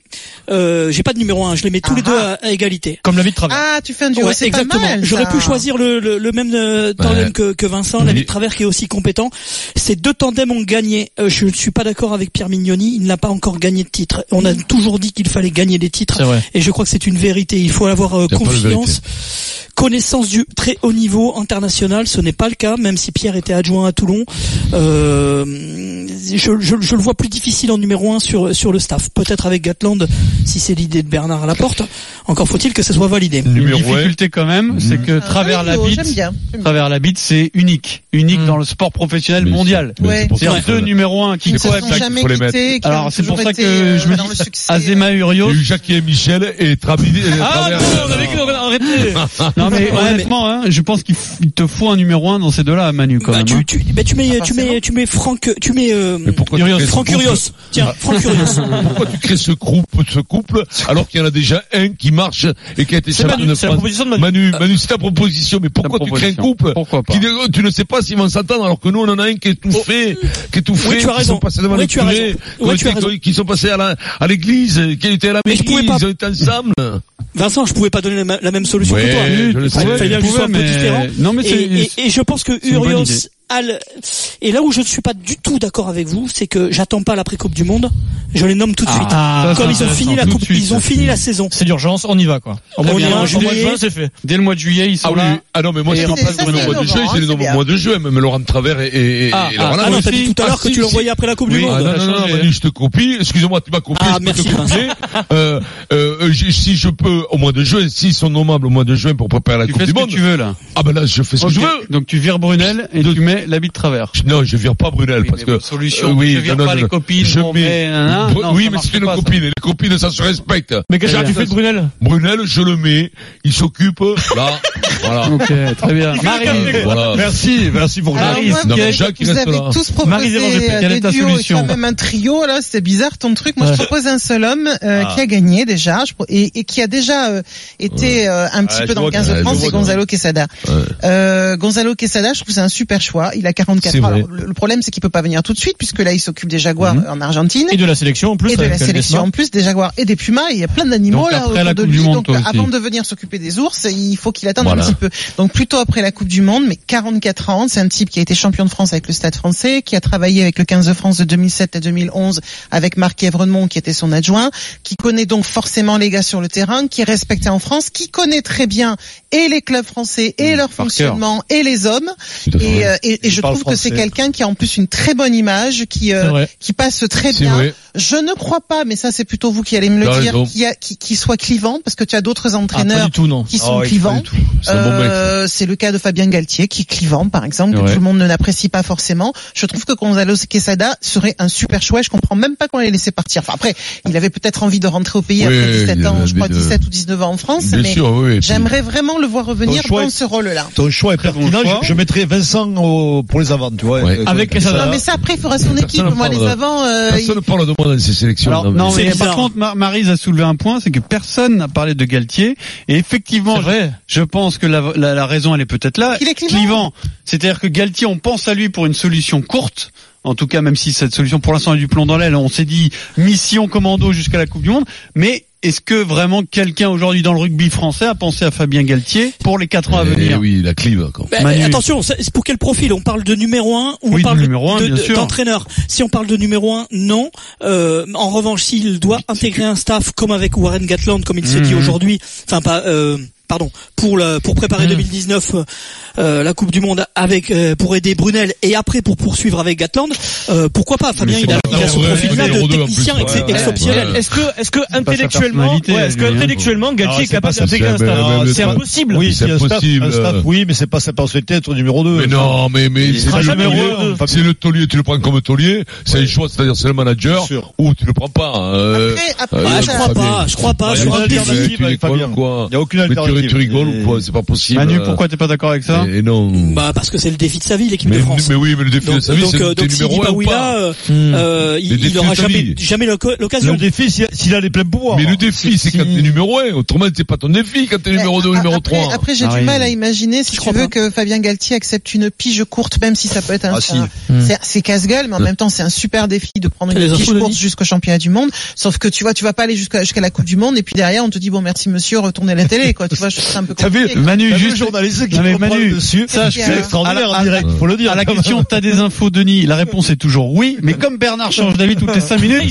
[SPEAKER 12] Euh, J'ai pas de numéro un, je les mets tous les deux à, à égalité.
[SPEAKER 10] Comme la vie de travers.
[SPEAKER 11] Ah, tu fais un duo,
[SPEAKER 12] Ouais,
[SPEAKER 11] c'est pas
[SPEAKER 12] exactement.
[SPEAKER 11] mal.
[SPEAKER 12] J'aurais
[SPEAKER 11] ça.
[SPEAKER 12] pu choisir le, le, le même euh, tandem
[SPEAKER 9] Ouais.
[SPEAKER 12] que, que Vincent, l'ami
[SPEAKER 9] Oui.
[SPEAKER 12] de travers qui est aussi compétent. Ces deux tandems ont gagné. Euh, je ne suis pas d'accord avec Pierre Mignoni, il n'a pas encore gagné de titre. On a toujours dit qu'il fallait gagner des titres.
[SPEAKER 10] C'est vrai.
[SPEAKER 12] Et je crois que c'est une vérité. Il faut avoir euh,
[SPEAKER 9] Y a pas de
[SPEAKER 12] confiance, connaissance du très haut niveau international. Ce n'est pas le cas, même si Pierre était adjoint à Toulon. Euh, je, je- je le vois plus difficile en numéro un sur, sur le staff. Peut-être avec Gatland, si c'est l'idée de Bernard à la porte. Encore faut-il que ce soit validé.
[SPEAKER 8] Une
[SPEAKER 9] Numéro un.
[SPEAKER 8] difficulté quand même, c'est que
[SPEAKER 11] Ah,
[SPEAKER 8] travers la
[SPEAKER 11] duo,
[SPEAKER 8] bite,
[SPEAKER 11] J'aime bien. j'aime Hmm. bien.
[SPEAKER 8] travers la bite, c'est unique, unique dans le sport professionnel
[SPEAKER 9] Mais
[SPEAKER 8] mondial.
[SPEAKER 9] c'est- mais
[SPEAKER 11] Ouais.
[SPEAKER 9] c'est pour
[SPEAKER 8] C'est
[SPEAKER 9] ça
[SPEAKER 8] un
[SPEAKER 9] qu'il
[SPEAKER 8] deux
[SPEAKER 9] faut-
[SPEAKER 8] numéro un qui
[SPEAKER 11] Qui ne se
[SPEAKER 9] quoi,
[SPEAKER 8] cohabitent.
[SPEAKER 11] sont
[SPEAKER 9] tac,
[SPEAKER 11] jamais
[SPEAKER 9] faut les mettre.
[SPEAKER 11] quittés, qui ont
[SPEAKER 8] Alors c'est pour
[SPEAKER 11] toujours
[SPEAKER 8] ça
[SPEAKER 11] été,
[SPEAKER 8] que
[SPEAKER 11] euh,
[SPEAKER 8] je me
[SPEAKER 11] dans le
[SPEAKER 8] dis
[SPEAKER 11] succès.
[SPEAKER 8] Azema
[SPEAKER 9] Il y
[SPEAKER 8] Urios.
[SPEAKER 9] a eu Jackie et Michel et Travis. et
[SPEAKER 10] Ah
[SPEAKER 9] Travers-
[SPEAKER 10] non, on avait arrêté.
[SPEAKER 8] Non Non mais honnêtement, hein, je pense qu'il f- il te faut un numéro 1 dans ces deux-là, Manu quand
[SPEAKER 12] Bah,
[SPEAKER 8] même.
[SPEAKER 12] tu,
[SPEAKER 8] hein.
[SPEAKER 12] tu, bah, tu mets, tu mets, tu mets Franck, tu mets euh,
[SPEAKER 9] tu
[SPEAKER 12] Curios.
[SPEAKER 9] crées ce
[SPEAKER 12] Franck
[SPEAKER 9] groupe
[SPEAKER 12] Curios. Tiens,
[SPEAKER 9] Ah.
[SPEAKER 12] Franck Curios.
[SPEAKER 9] Pourquoi tu crées ce groupe, ce couple, alors qu'il y en a déjà un qui marche et qui a été
[SPEAKER 10] C'est
[SPEAKER 9] champion
[SPEAKER 10] Manu,
[SPEAKER 9] de
[SPEAKER 10] c'est la
[SPEAKER 9] France
[SPEAKER 10] proposition de Manu.
[SPEAKER 9] Manu, Manu, c'est ta proposition, mais pourquoi tu crées un
[SPEAKER 10] proposition.
[SPEAKER 9] couple
[SPEAKER 10] Pourquoi pas
[SPEAKER 9] qui ne- tu ne sais pas s'ils vont s'entendre, alors que nous on en a un qui est tout fait, qui est tout
[SPEAKER 12] Oh. Oui,
[SPEAKER 9] fait,
[SPEAKER 12] tu as
[SPEAKER 9] qui
[SPEAKER 12] raison.
[SPEAKER 9] sont passés devant
[SPEAKER 12] Oui,
[SPEAKER 9] le
[SPEAKER 12] tu as
[SPEAKER 9] curé,
[SPEAKER 12] raison.
[SPEAKER 9] qui ont
[SPEAKER 12] Oui, tu as
[SPEAKER 9] été-
[SPEAKER 12] raison.
[SPEAKER 9] qui sont passés à la- à l'église, qui étaient à la
[SPEAKER 12] Mais je
[SPEAKER 9] mairie,
[SPEAKER 12] pouvais pas-
[SPEAKER 9] ils ont été ensemble.
[SPEAKER 12] Vincent, je pouvais pas donner la, ma- la même solution
[SPEAKER 9] Ouais,
[SPEAKER 12] que toi.
[SPEAKER 9] je le
[SPEAKER 12] Il
[SPEAKER 9] sais.
[SPEAKER 12] fallait- fallait que
[SPEAKER 9] Tu
[SPEAKER 12] je sois
[SPEAKER 9] pouvais,
[SPEAKER 12] un peu
[SPEAKER 9] mais-
[SPEAKER 12] différent.
[SPEAKER 9] non, mais
[SPEAKER 12] et,
[SPEAKER 9] c'est-
[SPEAKER 12] et- et je pense que
[SPEAKER 9] c'est une bonne
[SPEAKER 12] Urios
[SPEAKER 9] idée.
[SPEAKER 12] a le- et là où je ne suis pas du tout d'accord avec vous, c'est que j'attends pas l'après Coupe du Monde, je les nomme tout de
[SPEAKER 10] Ah,
[SPEAKER 12] suite.
[SPEAKER 10] ça, c'est
[SPEAKER 12] Comme ils ont fini
[SPEAKER 10] intéressant,
[SPEAKER 12] la
[SPEAKER 10] tout de
[SPEAKER 12] coupe,
[SPEAKER 10] suite,
[SPEAKER 12] ils ont
[SPEAKER 10] ça.
[SPEAKER 12] fini la saison.
[SPEAKER 10] C'est d'urgence, on y va quoi. Au
[SPEAKER 12] Très
[SPEAKER 10] mois de
[SPEAKER 12] bien,
[SPEAKER 10] juin, au mois de
[SPEAKER 12] juillet.
[SPEAKER 10] juin, c'est fait.
[SPEAKER 8] Dès le mois de juillet, ils sont
[SPEAKER 9] Ah oui,
[SPEAKER 8] là.
[SPEAKER 9] ah non, mais moi
[SPEAKER 8] Et
[SPEAKER 9] je te
[SPEAKER 8] on
[SPEAKER 9] passe
[SPEAKER 8] passe
[SPEAKER 9] le
[SPEAKER 8] au
[SPEAKER 9] mois de juin,
[SPEAKER 8] hein,
[SPEAKER 9] je les nomme
[SPEAKER 8] c'est
[SPEAKER 9] au
[SPEAKER 8] bien.
[SPEAKER 9] mois de juin, même Laurent Travers et, et, et
[SPEAKER 10] Ah,
[SPEAKER 9] Laurent
[SPEAKER 10] ah,
[SPEAKER 12] Ah non,
[SPEAKER 9] Lamotte.
[SPEAKER 12] t'as dit tout à l'heure
[SPEAKER 9] Ah,
[SPEAKER 12] que
[SPEAKER 9] si,
[SPEAKER 12] tu l'envoyais
[SPEAKER 9] si.
[SPEAKER 12] après la Coupe du
[SPEAKER 9] Oui,
[SPEAKER 12] Monde.
[SPEAKER 9] ah, non, non, non, Manu, je te copie. Excusez-moi, tu m'as copié.
[SPEAKER 12] hein. Ah,
[SPEAKER 9] je
[SPEAKER 12] merci,
[SPEAKER 9] peux te copier. euh, euh, je- si je peux, au mois de juin, s'ils sont nommables au mois de juin pour préparer la
[SPEAKER 8] Tu
[SPEAKER 9] Coupe
[SPEAKER 8] fais ce
[SPEAKER 9] du
[SPEAKER 8] que
[SPEAKER 9] Monde.
[SPEAKER 8] tu veux là.
[SPEAKER 9] Ah ben là, je fais ce
[SPEAKER 8] Ok.
[SPEAKER 9] que je veux.
[SPEAKER 8] Donc tu vires Brunel et tu mets l'habit de travers.
[SPEAKER 9] Je- Non, je vire pas Brunel parce que euh,
[SPEAKER 8] solution,
[SPEAKER 9] oui,
[SPEAKER 8] je vire
[SPEAKER 9] non,
[SPEAKER 8] pas
[SPEAKER 9] non,
[SPEAKER 8] les
[SPEAKER 9] non.
[SPEAKER 8] copines,
[SPEAKER 9] Je
[SPEAKER 8] on
[SPEAKER 9] mets-
[SPEAKER 8] met, hein,
[SPEAKER 9] Bru-
[SPEAKER 8] non,
[SPEAKER 9] oui,
[SPEAKER 8] ça
[SPEAKER 9] mais
[SPEAKER 8] marche
[SPEAKER 9] c'est une
[SPEAKER 8] pas, ça.
[SPEAKER 9] copine. et Les copines, ça se respecte. Eh
[SPEAKER 10] Mais qu'est-ce
[SPEAKER 8] Très
[SPEAKER 10] que tu
[SPEAKER 8] bien.
[SPEAKER 10] fais de Brunel
[SPEAKER 9] Brunel, je le mets. Il s'occupe. Là, voilà.
[SPEAKER 8] Ok, très bien.
[SPEAKER 9] Euh, voilà.
[SPEAKER 4] Merci, merci pour
[SPEAKER 11] Alors,
[SPEAKER 4] Clarisse.
[SPEAKER 11] moi,
[SPEAKER 9] Non,
[SPEAKER 11] vous
[SPEAKER 9] mais
[SPEAKER 11] avez-
[SPEAKER 9] Jacques, il
[SPEAKER 11] vous
[SPEAKER 9] reste
[SPEAKER 11] avez
[SPEAKER 9] là.
[SPEAKER 11] tous proposé
[SPEAKER 8] Marie, zéro GP,
[SPEAKER 11] euh,
[SPEAKER 8] quelle est
[SPEAKER 11] des
[SPEAKER 8] ta
[SPEAKER 11] duos et
[SPEAKER 8] solution
[SPEAKER 11] quand même un trio. Là, c'est bizarre ton truc. Moi,
[SPEAKER 10] Ouais.
[SPEAKER 11] je propose un seul homme euh,
[SPEAKER 4] Ah.
[SPEAKER 11] qui a gagné déjà je pro- et, et qui a déjà euh, été euh, un petit
[SPEAKER 4] Ouais,
[SPEAKER 11] peu
[SPEAKER 4] je
[SPEAKER 11] dans le
[SPEAKER 4] vois
[SPEAKER 11] 15
[SPEAKER 9] que-
[SPEAKER 11] de
[SPEAKER 9] ouais,
[SPEAKER 11] France,
[SPEAKER 9] je
[SPEAKER 11] c'est
[SPEAKER 9] vois que-
[SPEAKER 11] Gonzalo Quesada.
[SPEAKER 9] Ouais.
[SPEAKER 11] Euh, Gonzalo Quesada, je trouve que c'est un super choix. Il a 44
[SPEAKER 10] C'est
[SPEAKER 11] ans.
[SPEAKER 10] vrai. Mhm.
[SPEAKER 11] Alors, le, le problème, c'est qu'il peut pas venir tout de suite puisque là, il s'occupe des Jaguars euh, en Argentine.
[SPEAKER 10] Et de la sélection en plus.
[SPEAKER 11] Et de
[SPEAKER 10] avec
[SPEAKER 11] la
[SPEAKER 10] Albesma.
[SPEAKER 11] sélection en plus des jaguars et des pumas, et il y a plein d'animaux
[SPEAKER 8] Donc
[SPEAKER 11] là
[SPEAKER 8] après
[SPEAKER 11] autour
[SPEAKER 8] la
[SPEAKER 11] de
[SPEAKER 8] Coupe
[SPEAKER 11] lui.
[SPEAKER 8] du Monde,
[SPEAKER 11] donc
[SPEAKER 8] toi aussi.
[SPEAKER 11] avant de venir s'occuper des ours, il faut qu'il attende
[SPEAKER 9] Voilà.
[SPEAKER 11] un petit peu. Donc plutôt après la Coupe du Monde, mais 44 ans, c'est un type qui a été champion de France avec le Stade Français, qui a travaillé avec le 15 de France de 2007 à 2011 avec Marc Evremont qui était son adjoint, qui connaît donc forcément les gars sur le terrain, qui est respecté en France, qui connaît très bien et les clubs français et leur
[SPEAKER 8] par cœur.
[SPEAKER 11] fonctionnement et les hommes.
[SPEAKER 9] Tout à fait.
[SPEAKER 11] Et, euh, et- et
[SPEAKER 4] Il
[SPEAKER 11] je
[SPEAKER 4] parle
[SPEAKER 11] trouve que c'est
[SPEAKER 4] français.
[SPEAKER 11] quelqu'un qui a en plus une très bonne image, qui euh,
[SPEAKER 10] C'est vrai.
[SPEAKER 11] qui passe
[SPEAKER 8] eh
[SPEAKER 11] très
[SPEAKER 9] C'est
[SPEAKER 11] bien.
[SPEAKER 9] vrai.
[SPEAKER 11] Je ne crois pas, mais ça c'est plutôt vous qui allez me le
[SPEAKER 9] T'as
[SPEAKER 11] dire,
[SPEAKER 9] raison.
[SPEAKER 11] qui, a- qui, qui soit clivant, parce que tu as d'autres
[SPEAKER 10] Ah, pas
[SPEAKER 11] entraîneurs
[SPEAKER 10] du tout, non.
[SPEAKER 11] qui
[SPEAKER 4] Ah
[SPEAKER 11] sont
[SPEAKER 4] ouais,
[SPEAKER 11] clivants.
[SPEAKER 4] pas du tout.
[SPEAKER 9] C'est un bon mec.
[SPEAKER 11] Euh, c'est le cas de Fabien Galtier, qui est clivant, par exemple, que
[SPEAKER 8] Ouais.
[SPEAKER 11] tout le monde ne n'apprécie pas forcément. Je trouve que Gonzalo Quesada serait un super choix. et Je comprends même pas qu'on l'ait laissé partir. Enfin après, il avait peut-être envie de rentrer au pays
[SPEAKER 9] Oui,
[SPEAKER 11] après
[SPEAKER 9] il
[SPEAKER 11] 17 ans,
[SPEAKER 9] avait
[SPEAKER 11] je crois
[SPEAKER 9] envie de-
[SPEAKER 11] 17 ou 19 ans en France,
[SPEAKER 9] Bien
[SPEAKER 11] mais
[SPEAKER 9] sûr, oui. et puis-
[SPEAKER 11] j'aimerais vraiment le voir revenir
[SPEAKER 4] Ton choix
[SPEAKER 11] dans
[SPEAKER 4] est-
[SPEAKER 11] ce rôle-là.
[SPEAKER 4] Ton choix est pertinent.
[SPEAKER 8] choix.
[SPEAKER 4] Je, je mettrais Vincent au- pour les avant, tu vois.
[SPEAKER 9] Ouais.
[SPEAKER 10] Avec les
[SPEAKER 11] Non
[SPEAKER 10] Sada.
[SPEAKER 11] mais ça après, il fera son
[SPEAKER 9] Personne
[SPEAKER 11] équipe.
[SPEAKER 9] ne
[SPEAKER 11] Moi les
[SPEAKER 9] parle.
[SPEAKER 11] avant, euh,
[SPEAKER 9] Personne ne parle de moi dans ces sélections.
[SPEAKER 8] Alors,
[SPEAKER 9] non, mais-
[SPEAKER 8] non, mais
[SPEAKER 12] C'est bizarre.
[SPEAKER 8] par contre, Ma- Maryse a soulevé un point, c'est que personne n'a parlé de Galtier. Et effectivement,
[SPEAKER 10] C'est vrai.
[SPEAKER 8] je pense que la, la- la raison, elle est peut-être là.
[SPEAKER 11] Il est clivant.
[SPEAKER 8] C'est-à-dire que Galtier, on pense à lui pour une solution courte. En tout cas, même si cette solution, pour l'instant, est du plomb dans l'aile, on s'est dit mission commando jusqu'à la Coupe du Monde. Mais est-ce que vraiment quelqu'un aujourd'hui dans le rugby français a pensé à Fabien Galtier pour les quatre ans à
[SPEAKER 9] Eh
[SPEAKER 8] venir
[SPEAKER 9] oui, la clive. quoi.
[SPEAKER 12] Ben,
[SPEAKER 8] Manu.
[SPEAKER 12] attention, c'est c'est pour quel profil On parle de numéro 1 ou
[SPEAKER 8] Oui,
[SPEAKER 12] on
[SPEAKER 8] de
[SPEAKER 12] parle de-
[SPEAKER 8] numéro un,
[SPEAKER 12] de-
[SPEAKER 8] bien
[SPEAKER 12] de-
[SPEAKER 8] sûr.
[SPEAKER 12] d'entraîneur Si on parle de numéro 1, non. Euh, en revanche, s'il doit intégrer un staff comme avec Warren Gatland, comme il se dit
[SPEAKER 8] Mhm.
[SPEAKER 12] aujourd'hui, enfin pas. euh, Pardon pour le, pour préparer
[SPEAKER 9] Mhm.
[SPEAKER 12] 2019 euh, euh, la Coupe du Monde avec euh, pour aider Brunel et après pour poursuivre avec Gatland euh, pourquoi pas Fabien
[SPEAKER 9] Mais
[SPEAKER 12] il a,
[SPEAKER 9] c'est
[SPEAKER 12] il a ce
[SPEAKER 9] pas-
[SPEAKER 12] profil là
[SPEAKER 9] numéro
[SPEAKER 12] de
[SPEAKER 9] deux, en
[SPEAKER 12] technicien
[SPEAKER 9] plus.
[SPEAKER 12] ex-
[SPEAKER 9] Ouais, ouais.
[SPEAKER 12] exceptionnel
[SPEAKER 9] Ouais.
[SPEAKER 10] Est-ce que, est-ce que
[SPEAKER 8] pas sa
[SPEAKER 10] intellectuellement,
[SPEAKER 8] personnalité,
[SPEAKER 10] ouais, est-ce que
[SPEAKER 8] lui, hein.
[SPEAKER 10] intellectuellement, Galtier
[SPEAKER 4] Ah,
[SPEAKER 10] est
[SPEAKER 4] c'est pas
[SPEAKER 10] capable
[SPEAKER 4] sa
[SPEAKER 10] d'intégrer un
[SPEAKER 9] personne-
[SPEAKER 10] staff
[SPEAKER 9] mais- mais-
[SPEAKER 10] C'est impossible.
[SPEAKER 4] Oui,
[SPEAKER 9] C'est
[SPEAKER 4] c'est un staff,
[SPEAKER 9] impossible,
[SPEAKER 4] un staff,
[SPEAKER 9] euh.
[SPEAKER 4] oui, mais c'est pas sa personnalité d'être numéro 2.
[SPEAKER 9] Mais non, mais, mais,
[SPEAKER 4] Il
[SPEAKER 9] c'est
[SPEAKER 4] sera
[SPEAKER 9] le
[SPEAKER 10] jamais
[SPEAKER 9] taulier.
[SPEAKER 10] heureux.
[SPEAKER 9] C'est le taulier, tu le prends comme taulier. C'est un choix, c'est-à-dire c'est le manager.
[SPEAKER 4] Bien sûr.
[SPEAKER 9] Ou tu le prends pas. euh,
[SPEAKER 11] Après- après,
[SPEAKER 9] euh,
[SPEAKER 12] Ah,
[SPEAKER 11] Ouais,
[SPEAKER 12] je
[SPEAKER 11] ça-
[SPEAKER 12] crois pas je crois pas
[SPEAKER 4] Ouais,
[SPEAKER 12] sur
[SPEAKER 4] il y a
[SPEAKER 12] un
[SPEAKER 4] une
[SPEAKER 12] défi
[SPEAKER 4] alternative.
[SPEAKER 9] Bah, Tu tu
[SPEAKER 4] avec
[SPEAKER 9] rigoles,
[SPEAKER 4] Fabien.
[SPEAKER 9] quoi.
[SPEAKER 4] Il y a aucune
[SPEAKER 9] Mais tu,
[SPEAKER 4] alternative.
[SPEAKER 9] tu rigoles ou quoi? C'est pas possible.
[SPEAKER 8] Manu,
[SPEAKER 9] euh,
[SPEAKER 8] pourquoi t'es pas d'accord avec ça
[SPEAKER 9] et, et non.
[SPEAKER 12] bah parce que c'est le défi de sa vie l'équipe
[SPEAKER 9] mais,
[SPEAKER 12] de France
[SPEAKER 9] mais oui, mais le défi de
[SPEAKER 12] Donc,
[SPEAKER 9] sa vie,
[SPEAKER 12] donc,
[SPEAKER 9] c'est
[SPEAKER 12] euh,
[SPEAKER 9] t'es
[SPEAKER 12] donc s'il dit
[SPEAKER 9] numéro
[SPEAKER 12] pas
[SPEAKER 9] un
[SPEAKER 12] où
[SPEAKER 9] ou
[SPEAKER 12] il a,
[SPEAKER 9] pas. Hmm.
[SPEAKER 12] euh, euh,
[SPEAKER 9] Les
[SPEAKER 12] il,
[SPEAKER 9] défis
[SPEAKER 12] il aura
[SPEAKER 9] de sa
[SPEAKER 12] jamais,
[SPEAKER 9] vie.
[SPEAKER 12] jamais l'oc- l'occasion.
[SPEAKER 4] Le défi, si- s'il a les pleins pouvoirs.
[SPEAKER 9] Mais le défi, c'est quand t'es numéro 1. Autrement, c'est pas ton défi quand t'es numéro 2 ou
[SPEAKER 11] Ah,
[SPEAKER 9] numéro
[SPEAKER 11] après,
[SPEAKER 9] 3.
[SPEAKER 11] Après, j'ai
[SPEAKER 8] Ah oui.
[SPEAKER 11] du mal à imaginer
[SPEAKER 12] Je
[SPEAKER 11] si tu
[SPEAKER 12] crois
[SPEAKER 11] veux
[SPEAKER 12] pas.
[SPEAKER 11] que Fabien Galtier accepte une pige courte, même si ça peut être un.
[SPEAKER 4] Ah, si. Hmm.
[SPEAKER 11] un- c'est- C'est casse-gueule, mais en même temps, c'est un super défi de prendre
[SPEAKER 12] Les
[SPEAKER 11] une pige
[SPEAKER 12] infos, Denis.
[SPEAKER 11] courte jusqu'au championnat du monde. Sauf que tu vois, tu vas pas aller jusqu'à jusqu'à la Coupe du Monde, et puis derrière, on te dit bon, merci monsieur, retournez à la télé, quoi. Tu vois, je trouve ça un peu
[SPEAKER 4] T'as vu,
[SPEAKER 11] compliqué.
[SPEAKER 8] Manu,
[SPEAKER 4] T'as vu le
[SPEAKER 8] juste
[SPEAKER 4] journaliste qui
[SPEAKER 8] Non, mais
[SPEAKER 4] reprend
[SPEAKER 8] Manu,
[SPEAKER 4] le dessus.
[SPEAKER 8] sache
[SPEAKER 11] que-
[SPEAKER 4] c'est extraordinaire
[SPEAKER 8] à la-
[SPEAKER 4] en direct, faut le dire.
[SPEAKER 8] À la question, t'as des infos, Denis La réponse est toujours oui, mais comme Bernard change d'avis toutes les 5 minutes,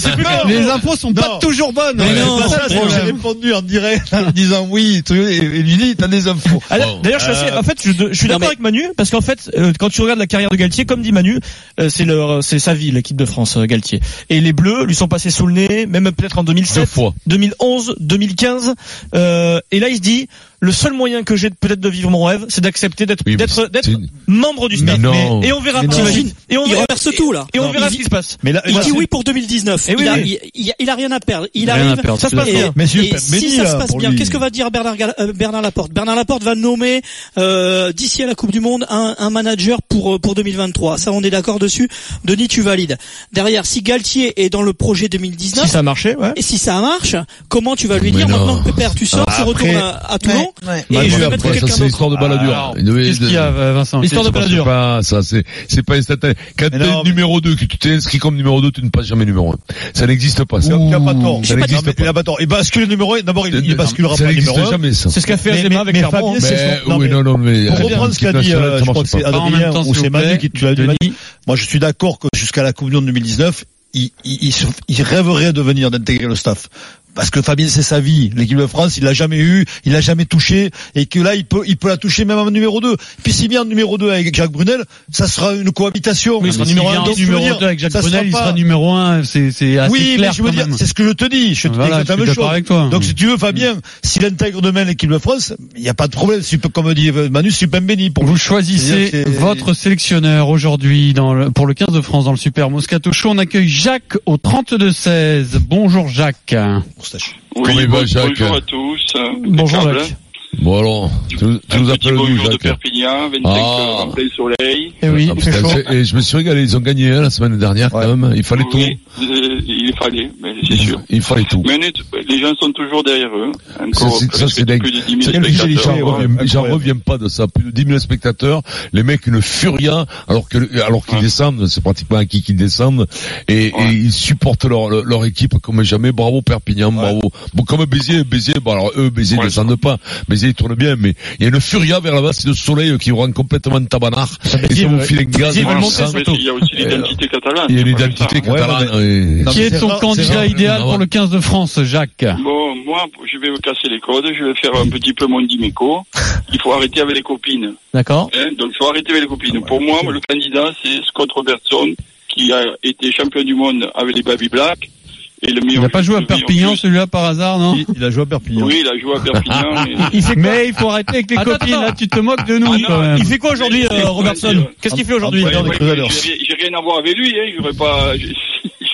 [SPEAKER 8] les infos sont pas
[SPEAKER 4] Non.
[SPEAKER 8] toujours bonnes.
[SPEAKER 4] Mais
[SPEAKER 8] C'est
[SPEAKER 4] non,
[SPEAKER 8] pas ça,
[SPEAKER 4] ça,
[SPEAKER 8] le
[SPEAKER 4] c'est que j'ai
[SPEAKER 8] problème.
[SPEAKER 4] répondu en direct en disant oui, tu- et et lui dit, t'as des infos.
[SPEAKER 10] Ah, D'ailleurs, je suis, assez- en fait, je, je suis
[SPEAKER 12] non, mais-
[SPEAKER 10] d'accord avec Manu parce qu'en fait, euh, quand tu regardes la carrière de Galtier, comme dit Manu, euh, c'est leur, c'est sa vie l'équipe de France, euh, Galtier. Et les Bleus lui sont passés sous le nez, même peut-être en
[SPEAKER 9] Deux
[SPEAKER 10] 2007,
[SPEAKER 9] fois.
[SPEAKER 10] 2011, 2015. euh, et là, il se dit, le seul moyen que j'ai de- peut-être de vivre mon rêve, c'est d'accepter d'être d'être d'être membre du
[SPEAKER 9] Mais
[SPEAKER 10] staff.
[SPEAKER 9] non.
[SPEAKER 10] et on verra.
[SPEAKER 9] Mais non.
[SPEAKER 10] t'imagines Et on
[SPEAKER 12] Il
[SPEAKER 10] verra-
[SPEAKER 12] renverse tout, là.
[SPEAKER 10] Et on
[SPEAKER 12] Non,
[SPEAKER 10] verra
[SPEAKER 12] il
[SPEAKER 10] ce
[SPEAKER 12] dit-
[SPEAKER 10] qui se passe.
[SPEAKER 4] Mais là,
[SPEAKER 12] Il
[SPEAKER 4] là,
[SPEAKER 12] dit
[SPEAKER 4] c'est-
[SPEAKER 12] oui pour 2019.
[SPEAKER 10] Eh oui,
[SPEAKER 12] il, a,
[SPEAKER 10] oui.
[SPEAKER 12] il- il a rien à perdre. Il
[SPEAKER 10] Rien à
[SPEAKER 12] arrive.
[SPEAKER 10] perdre,
[SPEAKER 12] ça se passe
[SPEAKER 10] tout à fait.
[SPEAKER 12] bien.
[SPEAKER 10] Mais si
[SPEAKER 12] Et
[SPEAKER 10] Pep
[SPEAKER 12] si
[SPEAKER 10] Benny,
[SPEAKER 12] ça se
[SPEAKER 10] là,
[SPEAKER 12] passe
[SPEAKER 10] pour
[SPEAKER 12] bien,
[SPEAKER 10] lui.
[SPEAKER 12] qu'est-ce que va dire Bernard, Gal- euh, Bernard Laporte Bernard Laporte va nommer euh, d'ici à la Coupe du Monde un, un manager pour euh, pour 2023. Ça, on est d'accord dessus. Denis, tu valides. Derrière, si Galtier est dans le projet 2019,
[SPEAKER 10] Si ça a marché, ouais.
[SPEAKER 12] Et si ça marche, comment tu vas lui
[SPEAKER 9] Mais
[SPEAKER 12] dire
[SPEAKER 9] non.
[SPEAKER 12] maintenant que Pépère, tu sors, tu
[SPEAKER 9] Après-
[SPEAKER 12] retournes à, à Toulon
[SPEAKER 11] Ouais,
[SPEAKER 12] et
[SPEAKER 9] Manu,
[SPEAKER 12] je vais
[SPEAKER 9] après,
[SPEAKER 12] mettre quelqu'un
[SPEAKER 9] ça, c'est
[SPEAKER 12] d'autre.
[SPEAKER 9] l'histoire de Balladur.
[SPEAKER 8] Alors,
[SPEAKER 9] Il devait-
[SPEAKER 8] qu'est-ce qu'il y a, euh, Vincent
[SPEAKER 10] L'histoire de
[SPEAKER 9] Ça marche
[SPEAKER 10] Balladur.
[SPEAKER 9] pas, ça, c'est, c'est pas instantané. Quand t'es
[SPEAKER 4] Mais non, mais-
[SPEAKER 9] numéro 2, que tu t'es inscrit comme numéro 2, tu ne passes jamais numéro 1. Ça n'existe pas, ça.
[SPEAKER 4] Il a pas tort.
[SPEAKER 9] Ça
[SPEAKER 4] Non, mais
[SPEAKER 9] n'existe
[SPEAKER 4] Il
[SPEAKER 9] pas. Euh,
[SPEAKER 4] a pas Eh tort. Et bascule le numéro 1, d'abord, il, il basculera
[SPEAKER 9] ça
[SPEAKER 4] pas le numéro
[SPEAKER 9] n'existe
[SPEAKER 4] 1.
[SPEAKER 9] jamais, ça.
[SPEAKER 10] C'est ce qu'a fait
[SPEAKER 4] Mais-
[SPEAKER 10] Adema
[SPEAKER 4] mais-
[SPEAKER 10] avec
[SPEAKER 4] mais
[SPEAKER 10] Clermont.
[SPEAKER 4] Fabien, c'est
[SPEAKER 9] Mais,
[SPEAKER 4] son- non,
[SPEAKER 9] oui,
[SPEAKER 4] mais-
[SPEAKER 9] non, non, mais.
[SPEAKER 4] Pour
[SPEAKER 9] avec
[SPEAKER 4] reprendre
[SPEAKER 9] l'équipe
[SPEAKER 4] ce qu'a dit,
[SPEAKER 9] nationale,
[SPEAKER 4] euh,
[SPEAKER 9] ça
[SPEAKER 4] je crois
[SPEAKER 9] marche
[SPEAKER 4] que c'est
[SPEAKER 9] pas.
[SPEAKER 8] En
[SPEAKER 4] Adrien
[SPEAKER 8] même temps,
[SPEAKER 4] ou
[SPEAKER 8] s'il vous
[SPEAKER 4] c'est Manu
[SPEAKER 8] plaît,
[SPEAKER 4] qui tu l'as dit.
[SPEAKER 8] Denis.
[SPEAKER 4] Manu. Moi, je suis d'accord que jusqu'à la Coupe du Monde 2019, il, il, il se- il rêverait de venir d'intégrer le staff. Parce que Fabien, c'est sa vie. L'équipe de France, il l'a jamais eu, il l'a jamais touché, et que là, il peut, il peut la toucher même en numéro 2. Puis s'il vient en numéro 2 avec Jacques Brunel, ça sera une cohabitation.
[SPEAKER 8] Oui, il sera numéro 1
[SPEAKER 4] Donc, je veux
[SPEAKER 8] numéro
[SPEAKER 4] dire,
[SPEAKER 8] 2 avec Jacques
[SPEAKER 4] ça sera
[SPEAKER 8] Brunel, il
[SPEAKER 4] pas-
[SPEAKER 8] sera numéro 1, c'est Ah, c'est assez
[SPEAKER 4] oui,
[SPEAKER 8] clair
[SPEAKER 4] mais je veux
[SPEAKER 8] quand
[SPEAKER 4] dire,
[SPEAKER 8] même.
[SPEAKER 4] c'est ce que je te dis. Je te
[SPEAKER 8] Voilà,
[SPEAKER 4] dis
[SPEAKER 8] je suis
[SPEAKER 4] exactement la même
[SPEAKER 8] d'accord
[SPEAKER 4] chose.
[SPEAKER 8] avec toi. Mm.
[SPEAKER 4] Donc, si tu veux, Fabien, s'il intègre demain l'équipe de France, il n'y a pas de problème. Si, comme dit Manu, c'est pas béni pour
[SPEAKER 8] Vous
[SPEAKER 4] lui.
[SPEAKER 8] choisissez
[SPEAKER 4] C'est-à-dire que c'est-
[SPEAKER 8] votre sélectionneur aujourd'hui dans le- pour le 15 de France dans le Super Moscato Show. On accueille Jacques au 32-16. Bonjour Jacques.
[SPEAKER 4] Moustache.
[SPEAKER 9] Comment il va, Jacques
[SPEAKER 13] Bonjour à tous. euh,
[SPEAKER 8] Bonjour,
[SPEAKER 13] impeccable.
[SPEAKER 8] Jacques.
[SPEAKER 9] Bon, alors, tu, tu
[SPEAKER 13] Un
[SPEAKER 9] nous
[SPEAKER 13] petit
[SPEAKER 9] appelles
[SPEAKER 13] beau
[SPEAKER 9] nous,
[SPEAKER 13] jour de
[SPEAKER 9] Jacques.
[SPEAKER 13] Perpignan, 25
[SPEAKER 9] Ah.
[SPEAKER 13] heures en plein soleil.
[SPEAKER 8] Eh oui,
[SPEAKER 9] Ah,
[SPEAKER 8] il fait
[SPEAKER 9] putain,
[SPEAKER 8] chaud.
[SPEAKER 9] c'est- et je me suis régalé, ils ont gagné hein, la semaine dernière quand même. Il fallait tout.
[SPEAKER 13] Oui, euh, il fallait, mais c'est sûr.
[SPEAKER 9] Il fallait tout.
[SPEAKER 13] Mais honnêtement, les gens sont toujours derrière eux.
[SPEAKER 9] Ça,
[SPEAKER 13] Encore
[SPEAKER 9] c'est- ça,
[SPEAKER 13] presque
[SPEAKER 9] c'est dingue.
[SPEAKER 13] plus de 10
[SPEAKER 9] C'est-
[SPEAKER 13] 000
[SPEAKER 9] J'en
[SPEAKER 13] spectateurs. hein.
[SPEAKER 9] reviens- J'en reviens pas de ça. Plus de 10 000 spectateurs. Les mecs, une furia, alors que, alors qu'ils descendent, c'est pratiquement un qui qui descendent. Et, et ils supportent leur, leur, leur équipe comme jamais. Bravo Perpignan, bravo. Bon, comme Béziers, Béziers, bon, alors eux, Béziers ne descendent pas. Béziers, ils tournent bien, mais il y a une furia vers là-bas, c'est le soleil qui vous rend complètement tabanard. Et
[SPEAKER 10] Béziers,
[SPEAKER 9] ça vous
[SPEAKER 10] ouais.
[SPEAKER 9] file un gaz.
[SPEAKER 10] Béziers, ils
[SPEAKER 9] dans
[SPEAKER 10] veulent
[SPEAKER 9] le
[SPEAKER 10] monter,
[SPEAKER 9] sang.
[SPEAKER 13] Mais Il y a aussi
[SPEAKER 8] euh,
[SPEAKER 13] l'identité catalane.
[SPEAKER 9] Il y a
[SPEAKER 13] c'est pas
[SPEAKER 9] l'identité
[SPEAKER 13] ça.
[SPEAKER 9] catalane. et- Ah,
[SPEAKER 8] Qui est ton
[SPEAKER 4] c'est vrai, c'est
[SPEAKER 8] candidat
[SPEAKER 4] vrai.
[SPEAKER 8] idéal pour le 15 de France, Jacques
[SPEAKER 13] Bon, moi, je vais me casser les codes, je vais faire un petit peu mon diméco. Il faut arrêter avec les copines.
[SPEAKER 10] D'accord.
[SPEAKER 13] Hein, donc il faut arrêter avec les copines. Pour moi, le candidat, c'est Scott Robertson, qui a été champion du monde avec les Baby Black. Et le
[SPEAKER 8] Il
[SPEAKER 13] meilleur
[SPEAKER 8] n'a pas joué à
[SPEAKER 13] joueur de
[SPEAKER 8] Perpignan
[SPEAKER 13] vie
[SPEAKER 8] celui-là par hasard, non
[SPEAKER 4] Il, il a joué à
[SPEAKER 13] en plus.
[SPEAKER 4] Perpignan.
[SPEAKER 13] Oui, il a joué à Perpignan. mais-
[SPEAKER 8] Mais il faut arrêter avec les
[SPEAKER 10] Attends,
[SPEAKER 8] copines,
[SPEAKER 10] attends.
[SPEAKER 8] là tu te moques de nous
[SPEAKER 13] Ah, non,
[SPEAKER 8] quand même.
[SPEAKER 10] Il fait quoi aujourd'hui, euh,
[SPEAKER 13] Ouais,
[SPEAKER 10] Robertson
[SPEAKER 13] ouais.
[SPEAKER 10] Qu'est-ce qu'il fait aujourd'hui
[SPEAKER 13] Ouais,
[SPEAKER 4] Dans les
[SPEAKER 13] ouais,
[SPEAKER 4] Crusaders.
[SPEAKER 13] j'ai j'ai rien à voir avec lui, hein, j'aurais pas, j'ai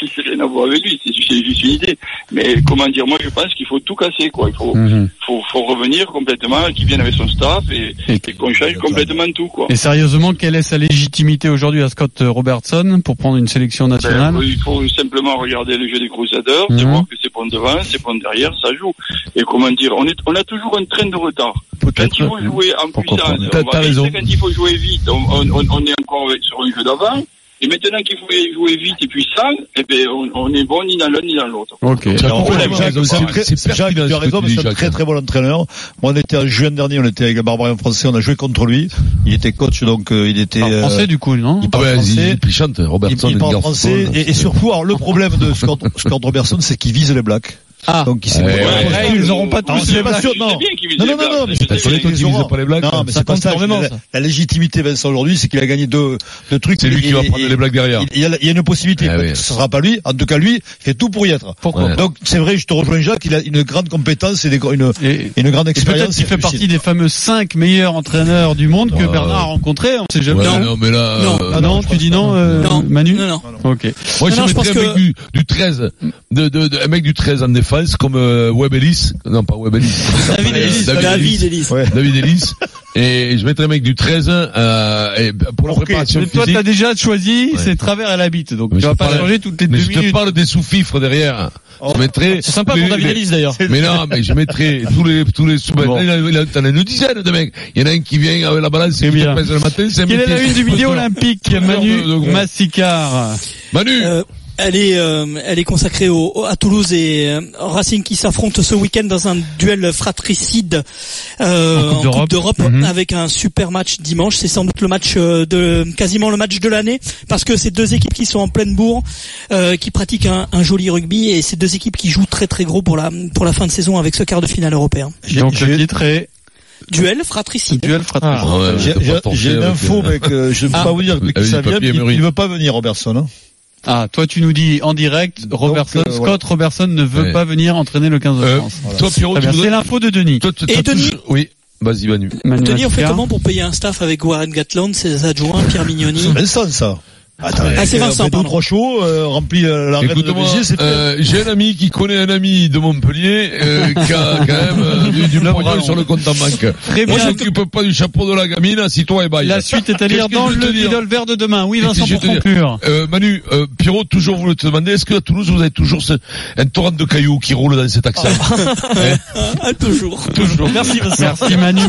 [SPEAKER 13] j'ai rien à voir avec lui, c'est c'est juste une idée. Mais comment dire, moi je pense qu'il faut tout casser, quoi. Il faut,
[SPEAKER 8] Mhm.
[SPEAKER 13] faut, faut revenir complètement, qu'il vienne avec son staff et,
[SPEAKER 8] Et-
[SPEAKER 13] et qu'on change complètement tout, quoi.
[SPEAKER 8] Et sérieusement, quelle est sa légitimité aujourd'hui à Scott Robertson pour prendre une sélection
[SPEAKER 13] Ben,
[SPEAKER 8] nationale
[SPEAKER 13] il faut simplement regarder le jeu des Crusaders, de
[SPEAKER 8] Mhm.
[SPEAKER 13] voir que c'est bon devant, c'est bon derrière, ça joue. Et comment dire, on, est, on a toujours un train de retard. Quand il faut jouer en puissance,
[SPEAKER 9] T'as-
[SPEAKER 13] on va
[SPEAKER 9] t'as
[SPEAKER 13] vite,
[SPEAKER 9] raison.
[SPEAKER 13] quand il faut jouer vite, on, on, on- on est encore sur un jeu d'avant. Et maintenant qu'il faut jouer vite et puissant, eh ben, on, on est bon ni dans l'un ni dans l'autre.
[SPEAKER 8] Ok.
[SPEAKER 9] Tu as
[SPEAKER 4] Alors,
[SPEAKER 9] compris la
[SPEAKER 4] Jacques,
[SPEAKER 9] raison,
[SPEAKER 4] c'est
[SPEAKER 9] c'est-
[SPEAKER 4] très-
[SPEAKER 9] c'est
[SPEAKER 4] Jacques,
[SPEAKER 9] pertinent,
[SPEAKER 4] tu as
[SPEAKER 9] ce que
[SPEAKER 4] raison,
[SPEAKER 9] tu
[SPEAKER 4] c'est
[SPEAKER 9] dis,
[SPEAKER 4] un très
[SPEAKER 9] Jacques.
[SPEAKER 4] très bon entraîneur. Moi, on était en juin dernier, on était avec Barbarian français, on a joué contre lui. Il était coach, donc euh, il était.
[SPEAKER 8] En
[SPEAKER 4] euh,
[SPEAKER 8] français du coup, non
[SPEAKER 4] il
[SPEAKER 9] Ah
[SPEAKER 4] parle
[SPEAKER 9] ouais,
[SPEAKER 4] français.
[SPEAKER 9] il, il chante,
[SPEAKER 4] Il,
[SPEAKER 9] Robertson.
[SPEAKER 4] il parle
[SPEAKER 9] Edgar
[SPEAKER 4] français
[SPEAKER 9] Stone,
[SPEAKER 4] et, et surtout, alors, le problème de Scott, Scott Robertson, c'est qu'il vise les blacks.
[SPEAKER 8] Ah.
[SPEAKER 4] Donc, il s'est
[SPEAKER 9] Eh Ouais, ouais.
[SPEAKER 4] mis-
[SPEAKER 8] Ouais, ils auront pas
[SPEAKER 4] Alors,
[SPEAKER 8] tous
[SPEAKER 4] c'est
[SPEAKER 8] les
[SPEAKER 4] pas
[SPEAKER 8] Blacks.
[SPEAKER 4] sûr,
[SPEAKER 13] Je sais
[SPEAKER 4] non.
[SPEAKER 13] bien qu'ils visent
[SPEAKER 4] Non,
[SPEAKER 13] les
[SPEAKER 4] non, non,
[SPEAKER 13] Blacks,
[SPEAKER 4] non, mais
[SPEAKER 13] je
[SPEAKER 4] c'est
[SPEAKER 13] sais
[SPEAKER 4] pas sûr
[SPEAKER 13] bien.
[SPEAKER 4] qu'ils
[SPEAKER 9] Ils visent pas les Blacks.
[SPEAKER 4] Non, mais
[SPEAKER 10] Ça compte
[SPEAKER 4] c'est pas ça. je veux
[SPEAKER 10] énormément,
[SPEAKER 4] dire,
[SPEAKER 10] ça.
[SPEAKER 4] La légitimité, Vincent, aujourd'hui, c'est qu'il a gagné deux, deux trucs.
[SPEAKER 9] C'est lui qui
[SPEAKER 4] Et-
[SPEAKER 9] va
[SPEAKER 4] et-
[SPEAKER 9] prendre les blagues derrière.
[SPEAKER 4] Il il y a, il y a une possibilité.
[SPEAKER 9] Ah oui.
[SPEAKER 4] Ce sera pas lui. En tout cas, lui, il fait tout pour y être.
[SPEAKER 8] Pourquoi
[SPEAKER 9] Ouais.
[SPEAKER 4] Donc, c'est vrai, je te rejoins, Jacques, il a une grande compétence et des- une,
[SPEAKER 8] Et-
[SPEAKER 4] une grande
[SPEAKER 8] Et peut-être
[SPEAKER 4] expérience.
[SPEAKER 8] qu'il fait partie des fameux 5 meilleurs entraîneurs du monde que
[SPEAKER 9] Ouais.
[SPEAKER 8] Bernard a rencontré, on sait jamais.
[SPEAKER 9] Ouais,
[SPEAKER 8] Non.
[SPEAKER 9] non, mais là,
[SPEAKER 12] Non.
[SPEAKER 9] euh,
[SPEAKER 8] Ah non, tu dis non, euh,
[SPEAKER 12] Non.
[SPEAKER 8] Manu
[SPEAKER 12] Non, non.
[SPEAKER 8] Ok.
[SPEAKER 9] moi
[SPEAKER 12] Non,
[SPEAKER 9] je
[SPEAKER 12] non, je
[SPEAKER 9] mettrais
[SPEAKER 12] pense
[SPEAKER 9] un mec
[SPEAKER 12] que-
[SPEAKER 9] du, du 13, de, de, de- un mec du 13 en défense comme euh, Webb Ellis, non pas Webb Ellis,
[SPEAKER 12] David
[SPEAKER 9] Euh,
[SPEAKER 12] Ellis.
[SPEAKER 9] Ellis.
[SPEAKER 12] David Ellis.
[SPEAKER 4] Ouais.
[SPEAKER 9] David Ellis, et je mettrais un mec du 13 euh, et pour la
[SPEAKER 4] Ok,
[SPEAKER 9] préparation
[SPEAKER 8] Mais toi,
[SPEAKER 9] physique.
[SPEAKER 8] t'as déjà choisi,
[SPEAKER 9] Ouais.
[SPEAKER 8] c'est travers à la bite, donc
[SPEAKER 9] Mais
[SPEAKER 8] tu
[SPEAKER 9] je
[SPEAKER 8] vas
[SPEAKER 9] te
[SPEAKER 8] pas
[SPEAKER 9] parle-
[SPEAKER 8] changer toutes les
[SPEAKER 9] mais
[SPEAKER 8] deux
[SPEAKER 9] je te
[SPEAKER 8] minutes.
[SPEAKER 9] parle des sous-fifres derrière. Je mettrais.
[SPEAKER 10] C'est sympa pour
[SPEAKER 9] les-
[SPEAKER 10] David
[SPEAKER 9] les-
[SPEAKER 10] Ellis d'ailleurs.
[SPEAKER 9] Mais non, mais je mettrais tous les tous les sous
[SPEAKER 10] Bon.
[SPEAKER 9] Il y en a- il y en a- T'en as une dizaine de mecs. Il y en a un qui vient avec la balance
[SPEAKER 8] C'est
[SPEAKER 9] et qui
[SPEAKER 8] bien.
[SPEAKER 9] te pèse le matin. c'est un
[SPEAKER 8] Quelle est la
[SPEAKER 9] métier.
[SPEAKER 8] une du vidéo olympique, Manu
[SPEAKER 9] de- de gros.
[SPEAKER 8] Massicard
[SPEAKER 9] Manu.
[SPEAKER 12] Euh, elle est, euh, elle est consacrée au, au- à Toulouse et euh, Racing qui s'affrontent ce week-end dans un duel fratricide euh,
[SPEAKER 8] En Coupe d'Europe.
[SPEAKER 12] d'Europe
[SPEAKER 8] Mhm.
[SPEAKER 12] avec un super match dimanche. C'est sans doute le match euh, de quasiment le match de l'année parce que ces deux équipes qui sont en pleine bourre, euh, qui pratiquent un, un joli rugby et ces deux équipes qui jouent très très gros pour la pour la fin de saison avec ce quart de finale européen.
[SPEAKER 8] Donc le titre est
[SPEAKER 12] Duel fratricide.
[SPEAKER 8] Duel fratricide.
[SPEAKER 9] Ah ouais,
[SPEAKER 4] J'ai
[SPEAKER 9] t'as pas
[SPEAKER 4] j'ai-
[SPEAKER 9] torché
[SPEAKER 4] j'ai une
[SPEAKER 9] avec,
[SPEAKER 4] info,
[SPEAKER 9] euh,
[SPEAKER 4] mec, euh, je ne peux
[SPEAKER 9] Ah.
[SPEAKER 4] pas vous dire de
[SPEAKER 9] Avec
[SPEAKER 4] qui ça
[SPEAKER 9] du
[SPEAKER 4] vient,
[SPEAKER 9] papier
[SPEAKER 4] mais il
[SPEAKER 9] mûri.
[SPEAKER 4] ne veut pas venir, Robertson. Hein.
[SPEAKER 8] Ah, toi tu nous dis en direct, Robertson,
[SPEAKER 4] euh,
[SPEAKER 8] Scott Robertson ne veut
[SPEAKER 9] Ouais.
[SPEAKER 8] pas venir entraîner le 15 de
[SPEAKER 9] Euh,
[SPEAKER 8] France.
[SPEAKER 9] Toi Pierrot,
[SPEAKER 8] Très
[SPEAKER 9] tu
[SPEAKER 8] bien, C'est
[SPEAKER 9] voudrais-
[SPEAKER 8] l'info de Denis.
[SPEAKER 9] toi, tu-
[SPEAKER 12] Et
[SPEAKER 9] t'as
[SPEAKER 12] Denis
[SPEAKER 9] toujours- Oui. Vas-y, Manu.
[SPEAKER 8] Manu
[SPEAKER 4] Tony, on fait
[SPEAKER 8] Masca.
[SPEAKER 4] comment pour payer un staff avec Warren Gatland, ses adjoints, Pierre Mignoni
[SPEAKER 14] C'est Vincent, ça. Attends,
[SPEAKER 4] Ah, c'est
[SPEAKER 14] euh,
[SPEAKER 4] Vincent,
[SPEAKER 14] fais deux,
[SPEAKER 4] pardon.
[SPEAKER 14] trois shows, euh, remplis euh, la reine de
[SPEAKER 9] Écoute-moi,
[SPEAKER 14] Béziers, c'est
[SPEAKER 9] euh, j'ai un ami qui connaît un ami de Montpellier euh, qui a quand même euh, du, du pognon
[SPEAKER 8] bras long.
[SPEAKER 9] sur le compte en banque.
[SPEAKER 8] Très
[SPEAKER 9] Moi,
[SPEAKER 8] Eh bien.
[SPEAKER 9] je m'occupe pas du chapeau de la gamine si toi et bail.
[SPEAKER 8] La suite est à lire dans le Lidl vert de demain. Oui, Vincent, pour conclure.
[SPEAKER 9] Euh, Manu, euh, Pierrot, toujours voulu te demander, est-ce que à Toulouse, vous avez toujours ce- un torrent de cailloux qui roule dans cet accent Hein,
[SPEAKER 4] À toujours.
[SPEAKER 9] Toujours.
[SPEAKER 4] Merci, Vincent.
[SPEAKER 8] Merci Manu.